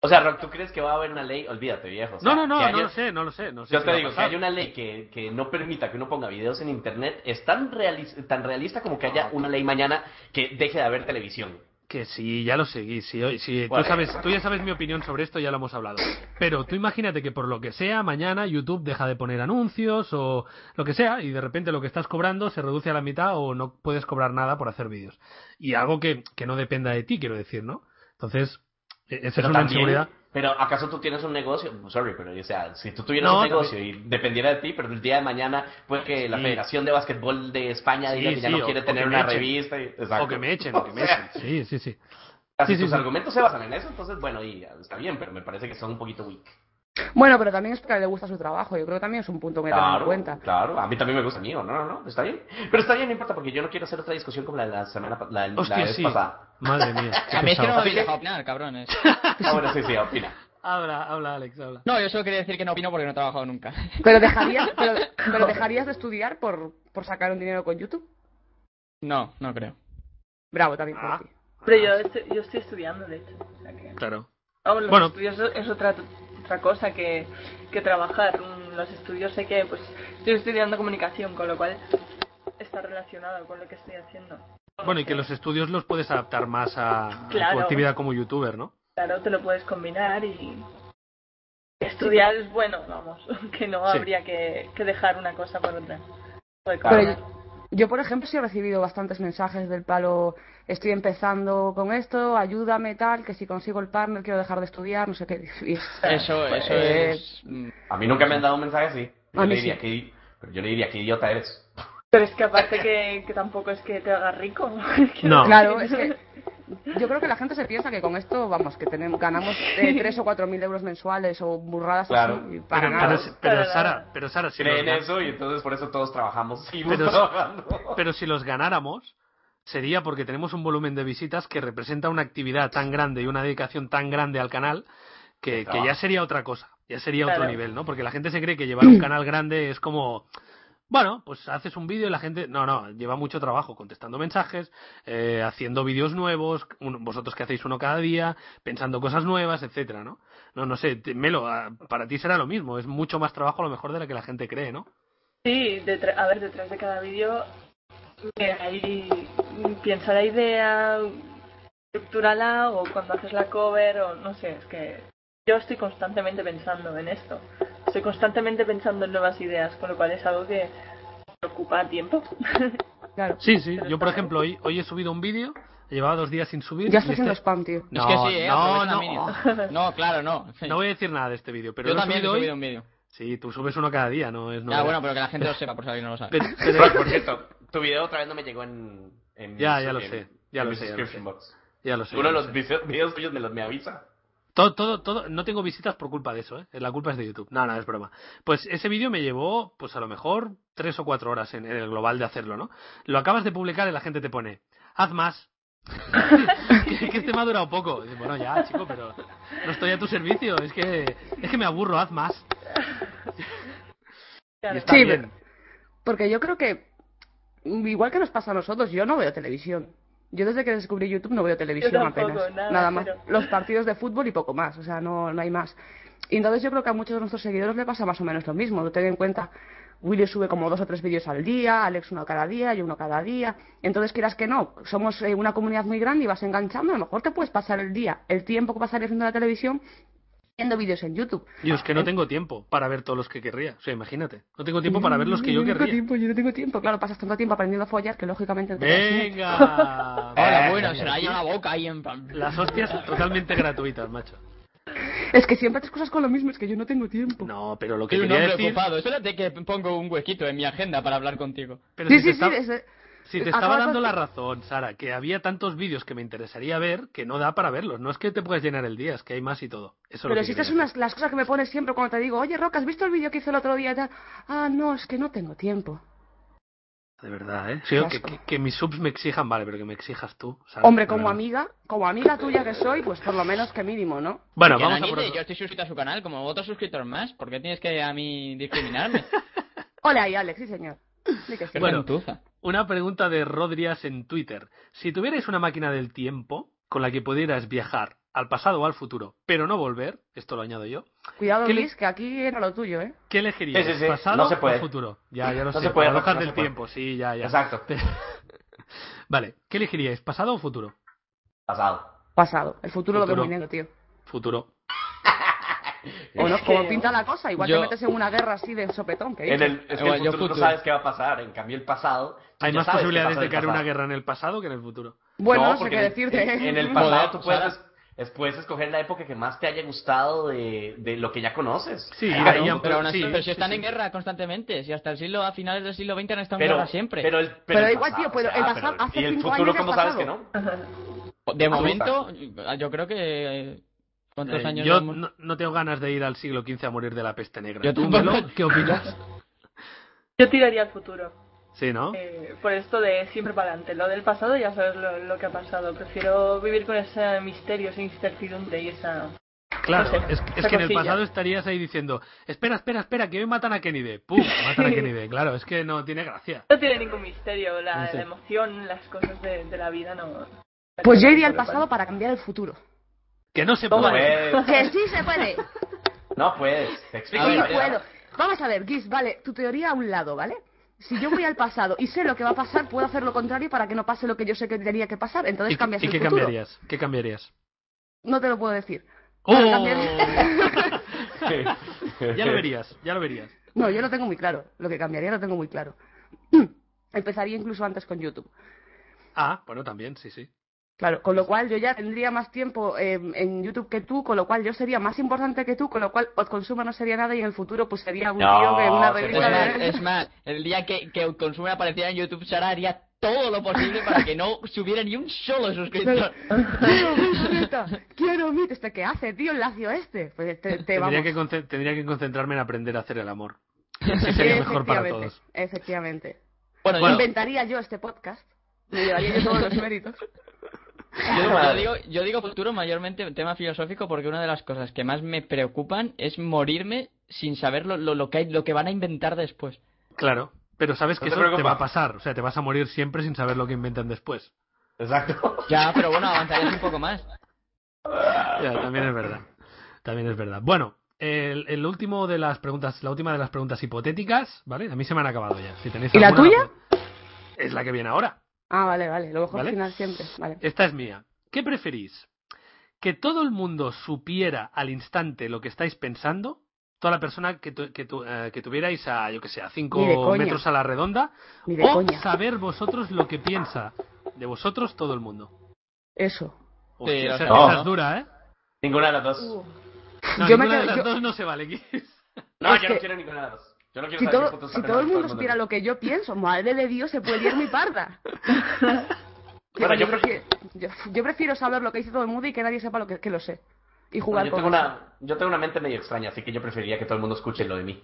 O sea, Rock, ¿tú crees que va a haber una ley? Olvídate, viejo. o sea, No, no, no, que haya- no lo sé, no lo sé. No sé Yo si te va a digo, si pasar. hay una ley que, que no permita que uno ponga videos en internet, es tan, realis- tan realista como que haya una ley mañana que deje de haber televisión. Que sí, ya lo seguí. Sí, hoy- sí, tú, Vale. sabes, tú ya sabes mi opinión sobre esto, ya lo hemos hablado. Pero tú imagínate que por lo que sea, mañana YouTube deja de poner anuncios o lo que sea, y de repente lo que estás cobrando se reduce a la mitad o no puedes cobrar nada por hacer vídeos. Y algo que, que no dependa de ti, quiero decir, ¿no? Entonces, e- esa es Pero una también- inseguridad. Pero ¿acaso tú tienes un negocio? Sorry, pero o sea, si tú tuvieras No, un negocio y dependiera de ti, pero el día de mañana puede que la Sí. Federación de Básquetbol de España Sí, diga que ya sí, no o- quiere o tener que me una echen. revista. y- exacto. O que me echen, o que me O sea, echen. Sí, sí, sí. casi Sí, sí, tus sí. argumentos se basan en eso, entonces, bueno, y ah, está bien, pero me parece que son un poquito weak. Bueno, pero también es porque le gusta su trabajo. Yo creo que también es un punto que tener en cuenta. Claro, a mí también me gusta el mío, no, no, no, está bien. Pero está bien, no importa, porque yo no quiero hacer otra discusión como la de la semana pa- la, la Hostia, vez sí. pasada. Madre mía. qué A mí es que no me pesado. habéis dejado opinar, cabrones. Ah, bueno, sí, sí, opina. Habla, habla, Alex, habla. No, yo solo quería decir que no opino porque no he trabajado nunca. Pero dejarías, pero, pero dejarías de estudiar por, por sacar un dinero con YouTube. No, no creo. Bravo también por Ah. ti. Pero yo estoy, yo estoy estudiando, de hecho. O sea que- Claro. Vamos, los Bueno. estudios es otra, otra cosa que, que trabajar. Mm, Los estudios sé que pues estoy estudiando comunicación, con lo cual está relacionado con lo que estoy haciendo. Bueno, y que los estudios los puedes adaptar más a, a Claro. tu actividad como youtuber, ¿no? Claro, te lo puedes combinar y estudiar es bueno, vamos, que no Sí. habría que, que dejar una cosa por otra. Puede Pero combinar. yo, yo, por ejemplo, sí he recibido bastantes mensajes del palo, estoy empezando con esto, ayúdame tal, que si consigo el partner quiero dejar de estudiar, no sé qué. Y es- Eso, eso Eh, es... mm, Pues, A mí nunca me han dado un mensaje así. Yo A le mí diría, sí. que, pero yo le diría, qué idiota eres. Pero es que aparte que, que tampoco es que te haga rico. No. Claro, es que yo creo que la gente se piensa que con esto, vamos, que tenemos, ganamos eh, 3 o cuatro mil euros mensuales o burradas Claro. así, y para pero, nada. pero- pero Para Sara, nada. pero Sara, si los, Creen gan- eso y entonces por eso todos trabajamos. Seguimos Pero- trabajando. pero si los ganáramos, sería porque tenemos un volumen de visitas que representa una actividad tan grande y una dedicación tan grande al canal que, que ya sería otra cosa, ya sería otro Claro. nivel, ¿no? Porque la gente se cree que llevar un canal grande es como... Bueno, pues haces un vídeo y la gente... No, no, lleva mucho trabajo contestando mensajes, eh, haciendo vídeos nuevos, un- vosotros que hacéis uno cada día, pensando cosas nuevas, etcétera, ¿no? No, no sé, te- Melo, ah, para ti será lo mismo, es mucho más trabajo a lo mejor de la que la gente cree, ¿no? Sí, detra- a ver, detrás de cada vídeo eh, hay, piensa la idea, estructurala o cuando haces la cover o no sé, es que yo estoy constantemente pensando en esto. Estoy constantemente pensando en nuevas ideas, con lo cual es algo que me ocupa tiempo. Claro. Sí, sí. Pero Yo, por está ejemplo, hoy, hoy he subido un vídeo Llevaba dos días sin subir. Ya y está haciendo este- spam, tío. No, es que sí, ¿eh? no, aprovecha la no. mini. No, claro, no. No voy a decir nada de este vídeo, pero Yo lo he también he subido hoy. subido un vídeo. Sí, tú subes uno cada día, no es ah, novedad. bueno, pero que la gente lo sepa, por si alguien no lo sabe. Pe- pero- Por- por cierto, tu video otra vez no me llegó en. en Ya, mi- ya lo en- sé, ya en lo mi sé, ya lo subscription sé. box. ya lo sé. Uno de ya los lo sé. vise- videos tuyos me los me avisa. Todo, todo, todo. No tengo visitas por culpa de eso, ¿eh? La culpa es de YouTube. No, no, es broma. Pues ese vídeo me llevó, pues a lo mejor, tres o cuatro horas en, en el global de hacerlo, ¿no? Lo acabas de publicar y la gente te pone, haz más. que, que este me ha durado poco. Y, bueno, ya, chico, pero no estoy a tu servicio. Es que, es que me aburro, haz más. Y está Sí, bien. Porque yo creo que, igual que nos pasa a nosotros, yo no veo televisión. Yo desde que descubrí YouTube no veo televisión tampoco, apenas. nada, más. pero- Los partidos de fútbol y poco más. O sea, no, no hay más. Y entonces yo creo que a muchos de nuestros seguidores le pasa más o menos lo mismo. Ten en cuenta, Willy sube como dos o tres vídeos al día, Alex uno cada día, yo uno cada día. Entonces quieras que no, somos eh, una comunidad muy grande y vas enganchando. A lo mejor te puedes pasar el día, el tiempo que pasarías viendo la televisión, viendo vídeos en YouTube. Y es que no tengo tiempo para ver todos los que querría. O sea, imagínate. No tengo tiempo para ver los que yo no Mm, tengo querría. tiempo, yo no tengo tiempo. Claro, pasas tanto tiempo aprendiendo a follar que lógicamente... no te quedas tiempo. Venga. Hola, bueno, se la lleva la boca ahí en plan. Las hostias totalmente gratuitas, macho. Es que siempre haces cosas con lo mismo, es que yo no tengo tiempo. No, pero lo que Soy un quería hombre decir... ocupado. Espérate que pongo un huequito en mi agenda para hablar contigo. Pero sí, si te sí, sí, está- desde- Si te Acaba estaba con- dando la razón, Sara, que había tantos vídeos que me interesaría ver que no da para verlos. No es que te puedas llenar el día, es que hay más y todo. Eso Pero es si lo que estas son las, las cosas que me pones siempre cuando te digo, oye, Roca, ¿has visto el vídeo que hizo el otro día? y tal?". Ah, no, es que no tengo tiempo. quería decir. De verdad, ¿eh? Sí, Qué que, asco. que- que mis subs me exijan, vale, pero que me exijas tú. Sara, Hombre, de como verdad. amiga, como amiga tuya que soy, pues por lo menos que mínimo, ¿no? Bueno, Que vamos a Nanite, por otro- Yo estoy suscrito a su canal como otro suscriptor más. ¿Por qué tienes que a mí discriminarme? Hola, y Alex, sí, señor. Di que sí. Qué Bueno. gentuza. Una pregunta de Rodríguez en Twitter. Si tuvierais una máquina del tiempo con la que pudieras viajar al pasado o al futuro, pero no volver, esto lo añado yo, Cuidado, ¿qué le- Luis, que aquí era lo tuyo, ¿eh? ¿qué elegirías? Sí, sí, sí. ¿Pasado No se o puede. futuro? Ya, ya lo No sé. se puede, paradojas no del se puede. tiempo, sí, ya, ya. Exacto. Vale, ¿qué elegiríais? ¿Pasado o futuro? Pasado. Pasado. El futuro, lo Futuro. veo muy negro, tío. Futuro. O no, Es como que- pinta la cosa, igual Yo- te metes en una guerra así de sopetón, que En dices. el, es que Igual, el yo futuro no futuro. sabes qué va a pasar. En cambio, el pasado. tú Hay ya más sabes qué posibilidades pasó de en que el haya una pasado. guerra en el pasado que en el futuro. Bueno, no, sé porque qué en- decirte, En, ¿eh? en el pasado Joder, tú puedes, Sara. es- puedes escoger la época que más te haya gustado de, de lo que ya conoces. Sí, Claro, ir ahí a- pero aún así, sí, pero si sí, están sí. en guerra constantemente, si hasta el siglo, a finales del siglo XX han estado en pero, guerra siempre. Pero, el, pero, Pero el igual, pasado, tío, pero o sea, el pasado hace ¿Y el cinco futuro años cómo es sabes que pasado. Ah, no? de Ah, momento, yo creo que. ¿Cuántos Eh, años yo llevamos? no, no tengo ganas de ir al siglo XV a morir de la peste negra. Yo ¿Tú, tampoco. Melo, ¿Qué opinas? Yo tiraría al futuro. Sí, ¿no? Eh, por esto de siempre para adelante. Lo del pasado ya sabes lo, lo que ha pasado. Prefiero vivir con ese misterio, esa incertidumbre y esa... Claro, no sé, es, es esa que en el cosilla. pasado estarías ahí diciendo, espera, espera, espera, que hoy matan a Kennedy. ¡Pum! Matan a Kennedy. Claro, es que no tiene gracia. No tiene ningún misterio. La, Sí. la emoción, las cosas de, de la vida no... Pues yo iría al pasado para cambiar el futuro. Que no se No Toma. puede. puedes. ¡Que sí se puede! No puedes. Te explico. A ver, no Sara. puedo. Vamos a ver, Gis, vale, tu teoría a un lado, ¿vale? Si yo voy al pasado y sé lo que va a pasar, puedo hacer lo contrario para que no pase lo que yo sé que tenía que pasar, entonces ¿Y, qué- cambias y el qué futuro. cambiarías? ¿Qué cambiarías? No te lo puedo decir. ¡Oh! Para cambiar- ya lo verías, ya lo verías. no, yo lo tengo muy claro. Lo que cambiaría lo tengo muy claro. Empezaría incluso antes con YouTube. Ah, bueno, también, sí, sí. Claro, con lo cual yo ya tendría más tiempo eh, en YouTube que tú, con lo cual yo sería más importante que tú, con lo cual Consuma no sería nada y en el futuro pues sería un No, tío que en una se Es revista... más, de- es más, el día que, que Consume apareciera en YouTube, Sara haría todo lo posible para que no subiera ni un solo suscriptor. quiero mi neta, quiero mi este qué hace tío el lacio este pues te, te vamos Tendría que, conce- tendría que concentrarme en aprender a hacer el amor. Así sería mejor para Efectivamente, todos. efectivamente Bueno, yo- inventaría yo este podcast me llevaría yo todos los méritos Yo, yo Madre. digo, yo digo futuro mayormente tema filosófico porque una de las cosas que más me preocupan es morirme sin saber lo, lo, lo que, hay, lo que van a inventar después. Claro, pero sabes No que te eso te preocupes. va a pasar. O sea, te vas a morir siempre sin saber lo que inventan después. Exacto. Ya, pero bueno, avanzarías un poco más. Ya, también es verdad. También es verdad. Bueno, el, el último de las preguntas, la última de las preguntas hipotéticas, ¿vale? A mí se me han acabado ya. Si tenéis ¿Y la alguna, tuya? pues, Es la que viene ahora. ah vale vale lo mejor ¿Vale? final siempre vale Esta es mía. ¿Qué preferís? ¿Que todo el mundo supiera al instante lo que estáis pensando? Toda la persona que, tu- que, tu- eh, que tuvierais a, yo que sé, a Ni de 5 coña. metros a la redonda. ni de O coña saber vosotros lo que piensa de vosotros todo el mundo. Eso. Hostia, Sí, o esa, sea, esa no. es dura, ¿eh? Ninguna de las dos. No, Yo me ninguna quedo- de las yo- dos no se vale, Kiss. No, Es yo no que- quiero ninguna de las dos. Yo no quiero Si saber todo, qué putos si saben todo el hablar mundo supiera mundo. lo que yo pienso, madre de Dios, se puede liar mi parda. Bueno, yo prefiero, yo, yo prefiero saber lo que dice todo el mundo y que nadie sepa lo que, que lo sé. Y No, jugar yo, con tengo eso. una, yo tengo una mente medio extraña, así que yo preferiría que todo el mundo escuche lo de mí.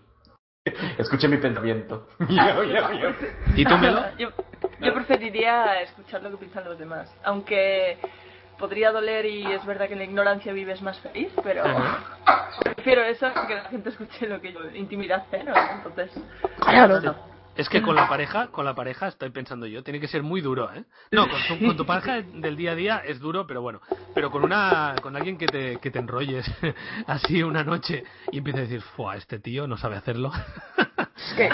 Escuche mi pensamiento. Miau, miau, miau. ¿Y tú, Melo? Yo, yo preferiría escuchar lo que piensan los demás. Aunque podría doler y es verdad que en la ignorancia vives más feliz, pero prefiero eso a que la gente escuche lo que yo. Intimidad cero, entonces. Claro. no. Es que con la pareja, con la pareja estoy pensando yo, tiene que ser muy duro, ¿eh? No, con tu, con tu pareja del día a día es duro, pero bueno. Pero con una, con alguien que te, que te enrolles así una noche y empieces a decir, fuah, este tío no sabe hacerlo. Es que,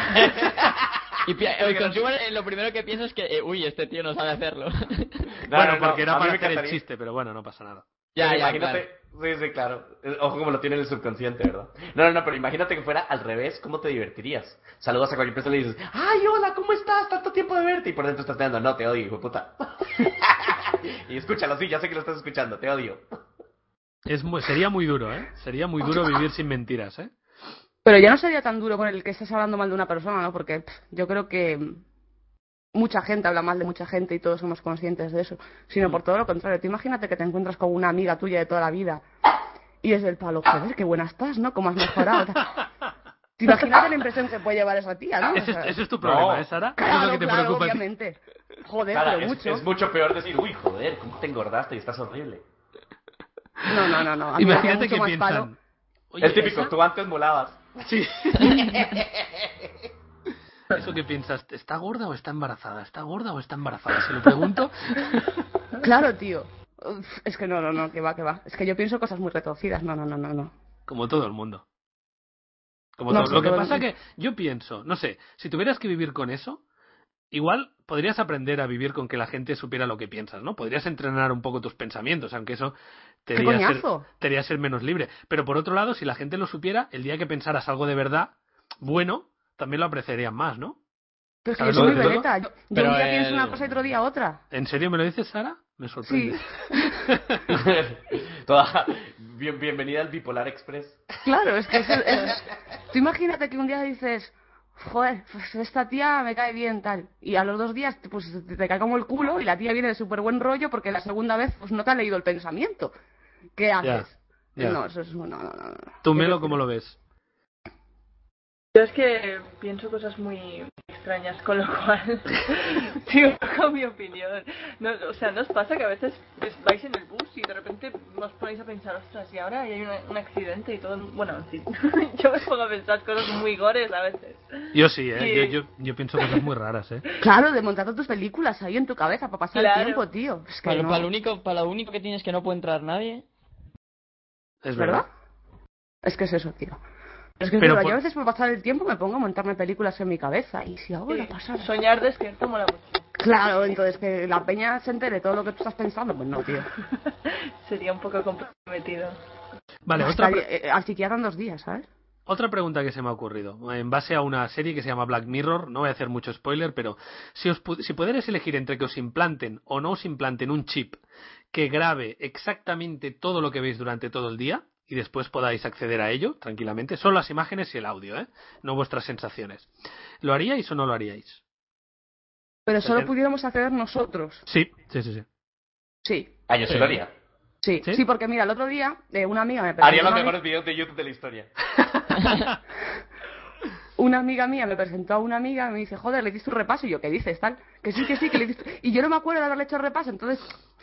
Y pi- el consumer eh, lo primero que piensa es que, eh, uy, este tío no sabe hacerlo. No, bueno, no, no, porque a era mí para me hacer el encantaría. chiste, pero bueno, no pasa nada. ya, Pero ya, imagínate, claro. Sí, sí, claro. Eh, Ojo como lo tiene el subconsciente, ¿verdad? No, no, no, pero imagínate que fuera al revés, ¿cómo te divertirías? Saludas a cualquier persona y le dices, ¡ay, hola, ¿cómo estás? Tanto tiempo de verte. Y por dentro estás teniendo, no, te odio, hijo de puta. y escúchalo, sí, ya sé que lo estás escuchando, te odio. Es muy- sería muy duro, ¿eh? Sería muy duro vivir sin mentiras, ¿eh? pero ya no sería tan duro con el que estás hablando mal de una persona, ¿no? Porque pff, yo creo que mm, mucha gente habla mal de mucha gente y todos somos conscientes de eso. Sino por todo lo contrario. Tú imagínate que te encuentras con una amiga tuya de toda la vida y es del palo, joder, qué buena estás, ¿no? ¿Cómo has mejorado? Te Imagínate la impresión que puede llevar esa tía, ¿no? O Ese, es- sea, ese es tu problema, No. ¿eh, Sara? Eso es Claro, lo que te claro, preocupa a ti. obviamente. Joder, Sara, pero es, mucho. es mucho peor decir, uy, joder, ¿cómo te engordaste y estás horrible? No, no, no, no. A mí me haría Imagínate mucho que más palo. piensan. "Oye, el típico, esa- tú antes molabas. Sí. Eso que piensas, ¿está gorda o está embarazada? ¿Está gorda o está embarazada? Se lo pregunto. Claro, tío. Uf, es que no, no, no, que va, que va. Es que yo pienso cosas muy retorcidas. No, no, no, no, no. Como todo el mundo. Como No, todo. sí, Lo que todo el pasa mundo. que yo pienso, no sé, si tuvieras que vivir con eso, igual podrías aprender a vivir con que la gente supiera lo que piensas, ¿no? Podrías entrenar un poco tus pensamientos, aunque eso te ¡Qué haría ser- coñazo! te haría ser menos libre. Pero por otro lado, si la gente lo supiera, el día que pensaras algo de verdad, bueno, también lo apreciarían más, ¿no? Pero es que yo ¿Sabes lo soy muy que te digo? veleta. Yo, yo Pero un día el- pienso una cosa y otro día otra. ¿En serio me lo dices, Sara? Me sorprende. Toda, bien- bienvenida al Bipolar Express. Claro, es que es, el- es- Tú imagínate que un día dices, joder, pues esta tía me cae bien, tal. Y a los dos días, pues te, te cae como el culo y la tía viene de súper buen rollo porque la segunda vez, pues no te ha leído el pensamiento. ¿Qué haces? ya. No, eso es. No, no, no. no. ¿Tú, Melo, Yo prefiero- cómo lo ves? Yo es que pienso cosas muy extrañas, con lo cual sigo con mi opinión. No, o sea, ¿no os pasa que a veces pues, vais en el bus y de repente os ponéis a pensar, ostras, y ahora hay una- un accidente y todo... el mu-". Bueno, en fin, yo me pongo a pensar cosas muy gores a veces. Yo sí, ¿eh? Sí. Yo, yo, yo pienso cosas muy raras, ¿eh? Claro, de montar tus películas ahí en tu cabeza para pasar Claro. el tiempo, tío. Es que Para, no. para lo único, para lo único que tienes que no puede entrar nadie. Es ¿Verdad? verdad. Es que es eso, tío. Es que es Pero verdad, por- yo a veces por pasar el tiempo me pongo a montarme películas en mi cabeza. Y si ahora pasar. Soñar despierto mola mucho. Claro, entonces que la peña se entere de todo lo que tú estás pensando. Pues no, tío. Sería un poco comprometido. Vale, Hasta otra, pre- eh, eh, al psiquiatra en dos días, ¿sabes? otra pregunta que se me ha ocurrido. En base a una serie que se llama Black Mirror, no voy a hacer mucho spoiler, pero si, os pu- si pudierais elegir entre que os implanten o no os implanten un chip que grabe exactamente todo lo que veis durante todo el día y después podáis acceder a ello tranquilamente, son las imágenes y el audio, ¿eh? No vuestras sensaciones. ¿Lo haríais o no lo haríais? Pero Entiendo. solo pudiéramos acceder nosotros. Sí, sí, sí. sí. Sí, Ah, yo sí Eh, lo haría. sí. ¿Sí? Sí, porque mira, el otro día eh, una amiga me Haría presentó. los una ami- mejores videos de YouTube de la historia. una amiga mía me presentó a una amiga y me dice, joder, le hiciste un repaso. Y yo, ¿qué dices, tal? Que sí, que sí, que le hiciste... Y yo no me acuerdo de haberle hecho el repaso, entonces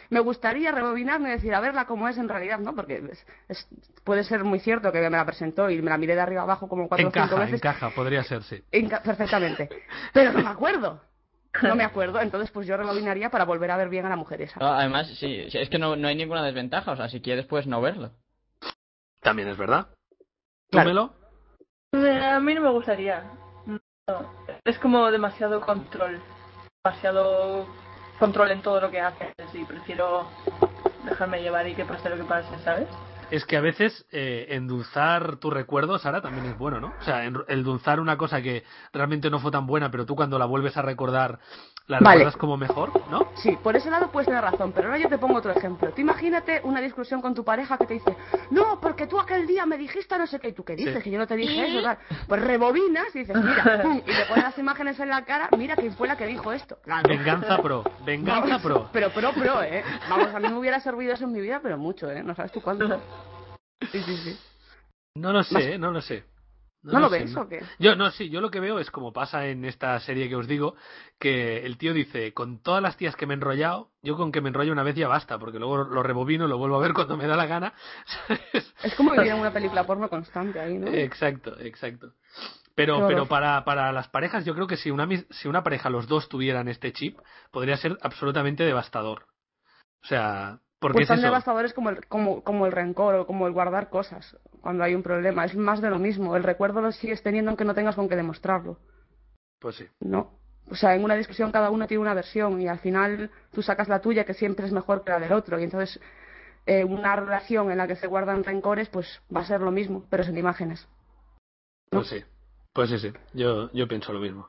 me gustaría rebobinarme y decir, a verla cómo es en realidad, ¿no? Porque es- es- puede ser muy cierto que me la presentó y me la miré de arriba abajo como cuatro o cinco Encaja, veces. encaja, podría ser, sí. Enca- perfectamente. Pero no me acuerdo. No me acuerdo, entonces pues yo rebobinaría para volver a ver bien a la mujer esa. No, además, sí, sí, es que no, no hay ninguna desventaja. O sea, si quieres, puedes no verlo. También es verdad. Claro. Tómelo. Eh, A mí no me gustaría. No. Es como demasiado control. Demasiado control en todo lo que haces y prefiero dejarme llevar y que pase lo que pase, ¿sabes? es que a veces eh, endulzar tus recuerdos ahora también es bueno, ¿no? O sea, en- endulzar una cosa que realmente no fue tan buena, pero tú cuando la vuelves a recordar la Vale. recuerdas como mejor, ¿no? Sí, por ese lado puedes tener razón, pero ahora yo te pongo otro ejemplo. Tú imagínate una discusión con tu pareja que te dice, no, porque tú aquel día me dijiste no sé qué, ¿y tú qué dices? Sí. Que yo no te dije ¿Y? eso, tal. Pues rebobinas y dices, mira, pum, y te pones las imágenes en la cara, mira quién fue la que dijo esto. Claro. Venganza pro, venganza Vamos, pro. Pero pro, pro, ¿eh? Vamos, a mí me hubiera servido eso en mi vida, pero mucho, ¿eh? No sabes tú cuánto. Sí, sí, sí. No lo sé, eh, no lo sé. ¿No, lo ves no. o qué? Yo no, sí, yo lo que veo es como pasa en esta serie que os digo, que el tío dice, con todas las tías que me he enrollado, yo con que me enrollo una vez ya basta, porque luego lo rebobino, lo vuelvo a ver cuando me da la gana. ¿sabes? Es como vivir en una película porno constante ahí, ¿no? Exacto, exacto. Pero, Qué pero horror. para, para las parejas, yo creo que si una, mis- si una pareja, los dos tuvieran este chip, podría ser absolutamente devastador. O sea, porque Pues es tan eso. devastadores como el, como, como el rencor o como el guardar cosas cuando hay un problema. Es más de lo mismo. El recuerdo lo sigues teniendo aunque no tengas con qué demostrarlo. Pues sí. No. O sea, en una discusión cada uno tiene una versión y al final tú sacas la tuya que siempre es mejor que la del otro. Y entonces eh, una relación en la que se guardan rencores pues va a ser lo mismo, pero sin imágenes. Pues sí, pues sí, sí. Yo, yo pienso lo mismo.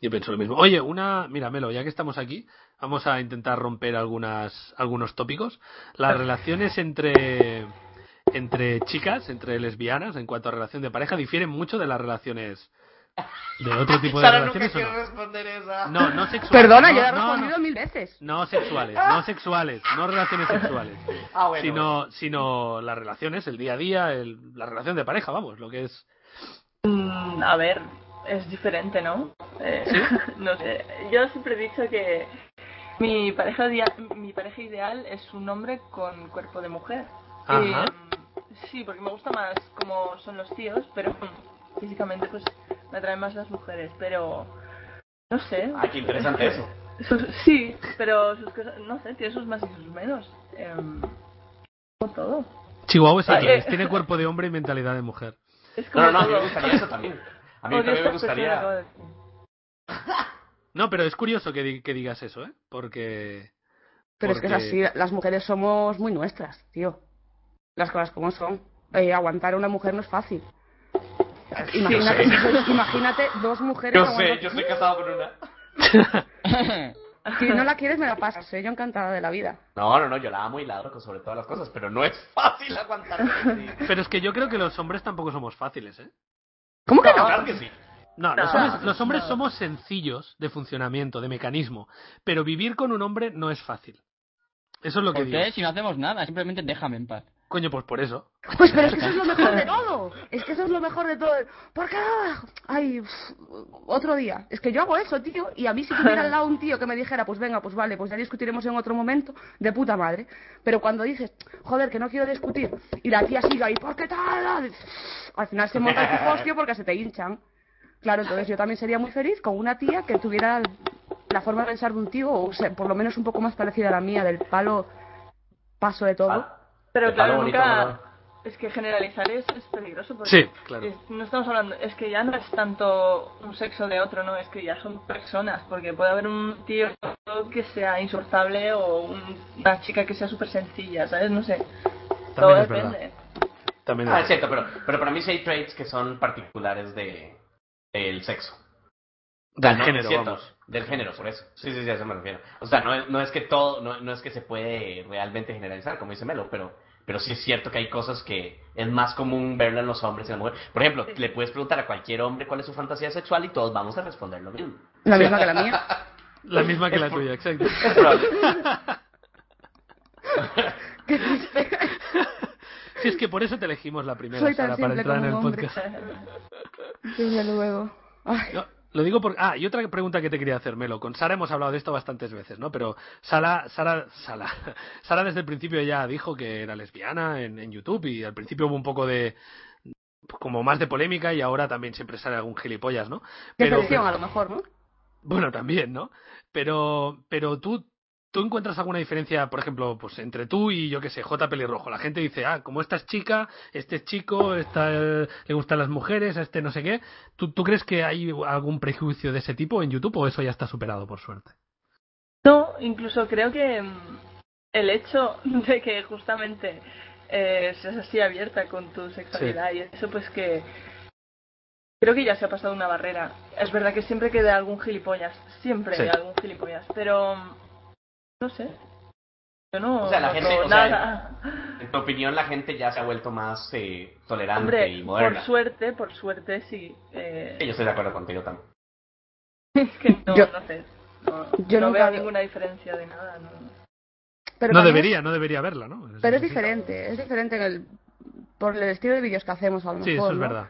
Yo pienso lo mismo. Oye, una, mira, Melo, ya que estamos aquí, vamos a intentar romper algunas, algunos tópicos. Las relaciones entre, entre chicas, entre lesbianas, en cuanto a relación de pareja, difieren mucho de las relaciones de otro tipo de Sara nunca relaciones. ¿o quiere no? responder esa. no, no sexuales. Perdona, no, yo le he no, respondido no. mil veces. Ah. No sexuales, no sexuales, no relaciones sexuales, Ah, bueno. sino, sino las relaciones, el día a día, el- la relación de pareja, vamos, lo que es Mm, a ver, es diferente, ¿no? Eh, no sé. Yo siempre he dicho que mi pareja, dia- mi pareja ideal es un hombre con cuerpo de mujer. Y, Ajá. mm, sí, porque me gusta más como son los tíos, pero mm, físicamente pues me atraen más las mujeres, pero no sé. Ay, Ah, qué interesante eso. Sus- sí, pero sus cosas, no sé, tiene sus más y sus menos. Em, como todo. Chihuahua es Ah, al revés, eh. tiene cuerpo de hombre y mentalidad de mujer. Es como No, no, no, a mí todo. me gustaría eso también. A mí también Odio me estas personas, acabo gustaría. de decir. No, pero es curioso que, di- que digas eso, ¿eh? Porque... Pero es porque- que es así, las mujeres somos muy nuestras, tío. Las cosas como son. Eh, aguantar a una mujer no es fácil. Imagínate, Yo sé. imagínate dos mujeres Yo aguantando- sé, yo estoy casado con una. Si no la quieres, me la pasas, ¿eh? yo encantada de la vida. No, no, no, yo la amo y la adoro sobre todas las cosas, pero no es fácil aguantar. Pero es que yo creo que los hombres tampoco somos fáciles, ¿eh? ¿Cómo que no? Claro que sí. No, los No, hombres, los hombres no. somos sencillos de funcionamiento, de mecanismo, pero vivir con un hombre no es fácil. Eso es lo que ¿Por digo. qué? Si no hacemos nada, simplemente déjame en paz. Coño, pues por eso. Pues pero es que eso es lo mejor de todo. Es que eso es lo mejor de todo. ¿Por qué no? Ay, uf, otro día. Es que yo hago eso, tío. Y a mí si tuviera al lado un tío que me dijera, pues venga, pues vale, pues ya discutiremos en otro momento, de puta madre. Pero cuando dices, joder, que no quiero discutir, y la tía sigue ahí, ¿por qué tal? Al final se monta el pifostio porque se te hinchan. Claro, entonces yo también sería muy feliz con una tía que tuviera la forma de pensar de un tío, o sea, por lo menos un poco más parecida a la mía, del palo paso de todo. Pero El palo claro, bonito, nunca. ¿no? Es que generalizar es, es peligroso porque. Sí, claro. es- no estamos hablando. Es que ya no es tanto un sexo de otro, no. Es que ya son personas. Porque puede haber un tío que sea insoportable o un- una chica que sea súper sencilla, ¿sabes? No sé. Todo es depende. También Ah, es es- cierto, pero, pero para mí sí hay traits que son particulares de del sexo. O sea, Del no, género, es cierto, vamos. Del género, por eso. Sí, sí, sí, a eso me refiero. O sea, no es, no es que todo, no, no es que se puede realmente generalizar, como dice Melo, pero, pero sí es cierto que hay cosas que es más común verlo en los hombres y en las mujeres. Por ejemplo, le puedes preguntar a cualquier hombre cuál es su fantasía sexual y todos vamos a responder lo mismo. La misma que la mía. La misma que la tuya, exacto. Es probable. Qué triste. Si es que por eso te elegimos la primera, Soy tan Sara, para simple entrar en el como un hombre. podcast. Desde luego. Ay, No, lo digo porque. Ah, y otra pregunta que te quería hacer, Melo. Con Sara hemos hablado de esto bastantes veces, ¿no? Pero Sara, Sara, Sara, Sara desde el principio ya dijo que era lesbiana en, en YouTube y al principio hubo un poco de. como más de polémica y ahora también siempre sale algún gilipollas, ¿no? decepción a lo mejor, ¿no? Bueno, también, ¿no? Pero, pero tú, tú encuentras alguna diferencia, por ejemplo, pues entre tú y yo qué sé, J pelirrojo. La gente dice, ah, como esta es chica, este es chico, esta eh, le gustan las mujeres, a este no sé qué. ¿Tú, ¿Tú crees que hay algún prejuicio de ese tipo en YouTube o eso ya está superado, por suerte? No, incluso creo que mm, el hecho de que justamente eh, seas así abierta con tu sexualidad y eso pues que creo que ya se ha pasado una barrera. Es verdad que siempre queda algún gilipollas, siempre Sí. hay algún gilipollas, pero no sé. Yo no O sea, la noto gente, o sea, nada. En tu opinión, la gente ya se ha vuelto más eh, tolerante Hombre, y por moderna. suerte, por suerte sí. Eh, Sí, Yo estoy de acuerdo contigo también. es que no, Yo- no sé. No, yo no nunca veo vi- ninguna diferencia de nada. No. Pero No también- debería, no debería verla, ¿no? Pero es sí. diferente, es diferente en el- por el estilo de vídeos que hacemos a lo Sí, eso mejor. es ¿no? verdad.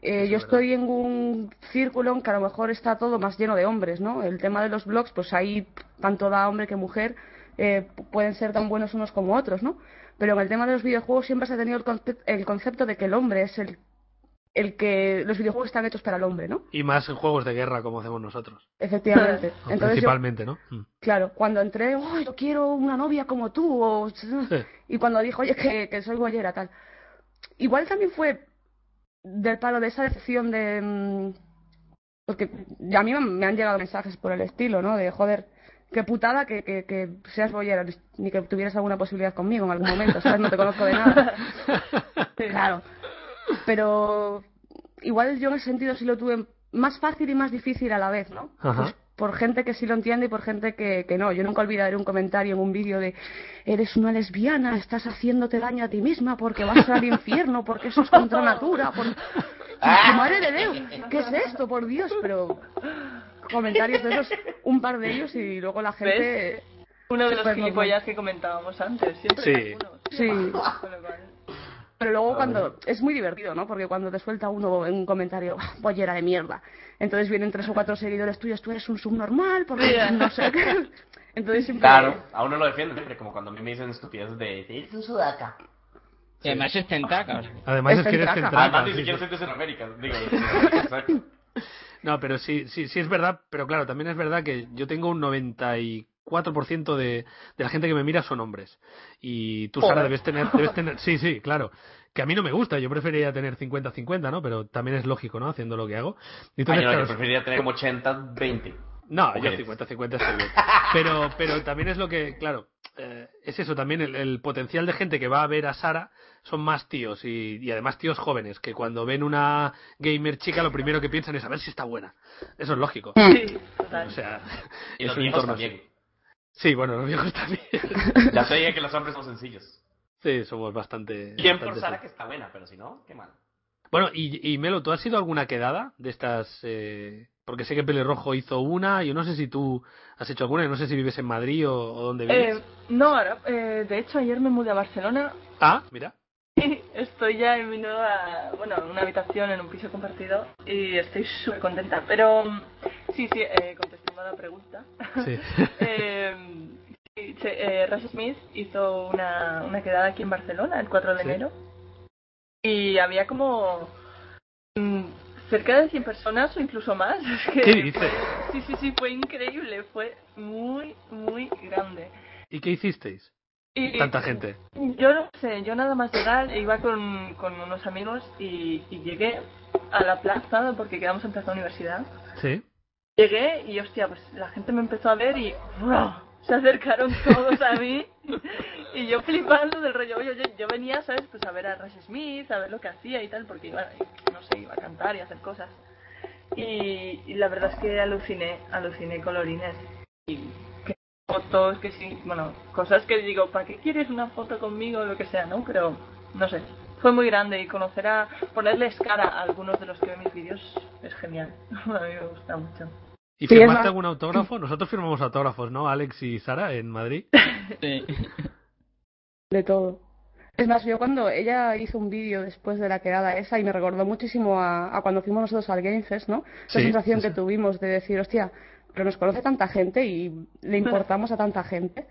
Eh, Eso yo es estoy en un círculo en que a lo mejor está todo más lleno de hombres, ¿no? El tema de los blogs, pues ahí tanto da hombre que mujer eh, pueden ser tan buenos unos como otros, ¿no? Pero en el tema de los videojuegos siempre se ha tenido el, conce- el concepto de que el hombre es el, el que los videojuegos están hechos para el hombre, ¿no? Y más en juegos de guerra, como hacemos nosotros. Efectivamente. O Entonces yo, principalmente, ¿no? Mm. claro, cuando entré, "Oh, yo quiero una novia como tú, o... Sí. Y cuando dijo, oye, que, que soy bollera, tal. Igual también fue del palo de esa decepción de... mm, Porque a mí me han- me han llegado mensajes por el estilo, ¿no? De, joder, qué putada que, que, que seas bollera, ni que tuvieras alguna posibilidad conmigo en algún momento, ¿sabes? No te conozco de nada. Claro. Pero igual yo en ese sentido sí lo tuve más fácil y más difícil a la vez, ¿no? Ajá. Pues por gente que sí lo entiende y por gente que, que no. Yo nunca olvidaré un comentario en un vídeo de eres una lesbiana, estás haciéndote daño a ti misma porque vas al infierno, porque eso es contra natura, por... ¡Tu madre de Dios! ¿Qué es esto, por Dios? Pero comentarios de esos, un par de ellos y luego la gente... Uno de los Pues, gilipollas que comentábamos antes, siempre Sí. hay algunos. Sí. Con lo cual, Pero luego cuando es muy divertido, ¿no? Porque cuando te suelta uno en un comentario, "Ah, pollera de mierda. Entonces vienen tres o cuatro seguidores tuyos, tú eres un subnormal, porque Ya. no sé qué. Entonces siempre Claro, a uno lo defiende siempre, como cuando a mí me dicen estupideces de... "Eres un sudaca". Y además es tentaca, o sea. Además Es es, que eres centraca. centraca. Además, ni sí, siquiera sí. soy de Centroamérica. Digo, exacto. No, pero sí, sí, sí es verdad, pero claro, también es verdad que yo tengo un 94% de, de la gente que me mira son hombres. Y tú, Sara, Joder. debes tener, debes tener, sí, sí, claro. Que a mí no me gusta, yo preferiría tener 50-50, ¿no? Pero también es lógico, ¿no? Haciendo lo que hago. Ay, Ah, Entonces, no, claro, yo preferiría tener como 80-20. no, yo Mujeres. 50-50 estoy bien. Pero, pero también es lo que, claro, eh, es eso, también el, el potencial de gente que va a ver a Sara son más tíos y, y además tíos jóvenes, que cuando ven una gamer chica lo primero que piensan es a ver si está buena. Eso es lógico. sí, total. O sea, Y es los un viejos entorno también. así. Sí, bueno, los viejos también. Ya se oye que los hombres son sencillos. sí, somos bastante... Bien por bastante Sara así. que está buena, pero si no, qué mal. Bueno, y, y Melo, ¿tú has sido alguna quedada de estas? eh, Porque sé que Pelirrojo hizo una, yo no sé si tú has hecho alguna, yo no sé si vives en Madrid o, o dónde vives. Eh, no, ahora, eh, de hecho ayer me mudé a Barcelona Ah, mira. y estoy ya en mi nueva, bueno, en una habitación en un piso compartido y estoy súper contenta. Pero mm, sí, sí, eh, contestando a la pregunta. Sí. eh, sí, se- eh, Rush Smith hizo una, una quedada aquí en Barcelona el 4 de Sí. enero y había como mm, cerca de 100 personas o incluso más. Es que ¿Qué dices? fue- sí, sí, sí, fue increíble, fue muy, muy grande. ¿Y qué hicisteis? Y- Tanta gente. Yo no sé, yo nada más llegar e iba con, con unos amigos y, y llegué a la plaza porque quedamos en Plaza Universidad. Sí. Llegué y hostia, pues la gente me empezó a ver y ¡buah! se acercaron todos a mí y yo flipando del rollo. Oye, yo, yo venía, ¿sabes? Pues a ver a Rush Smith, a ver lo que hacía y tal, porque iba, no sé, iba a cantar y a hacer cosas. Y, y la verdad es que aluciné, aluciné colorines. Y que fotos, que sí, bueno, cosas que digo, ¿para qué quieres una foto conmigo o lo que sea, no? Pero, no sé, fue muy grande y conocer a, ponerles cara a algunos de los que ven mis vídeos es genial. a mí me gusta mucho. ¿Y Sí, es firmaste más- algún autógrafo? Nosotros firmamos autógrafos, ¿no? Alex y Sara en Madrid. Sí. De todo. Es más, yo cuando ella hizo un vídeo después de la quedada esa y me recordó muchísimo a, a cuando fuimos nosotros al Game Fest, ¿no? Esa Sí, sensación sí, que sí. tuvimos de decir, hostia, pero nos conoce tanta gente y le importamos a tanta gente.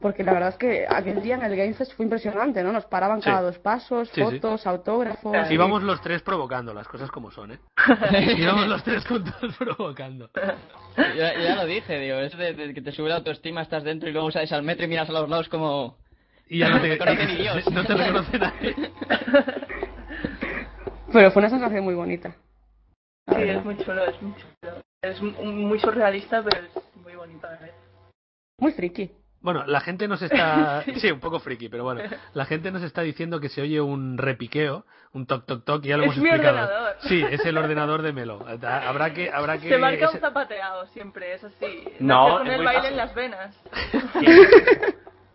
Porque la verdad es que aquel día en el Game Fest fue impresionante, ¿no? Nos paraban Sí. cada dos pasos, Sí, sí. fotos, autógrafos. Así y- Íbamos los tres provocando, las cosas como son, ¿eh? Íbamos los tres juntos provocando. Yo, yo ya lo dije, digo, eso de, de que te sube la autoestima, estás dentro y luego sales al metro y miras a los lados como... Y ya no No te, te conoce ni Dios. no te reconoce nadie. Pero fue una sensación muy bonita. Sí, es muy chulo, es muy chulo. Es m- muy surrealista, pero es muy bonito a la vez. Muy friki. Bueno, la gente nos está. Sí, un poco friki, pero bueno. La gente nos está diciendo que se oye un repiqueo, un toc toc toc, y ya lo Es hemos mi explicado. ordenador. Sí, es el ordenador de Melo. Habrá que. Habrá que Se marca un ese- zapateado siempre, es así. No, con es el muy baile fácil. en las venas.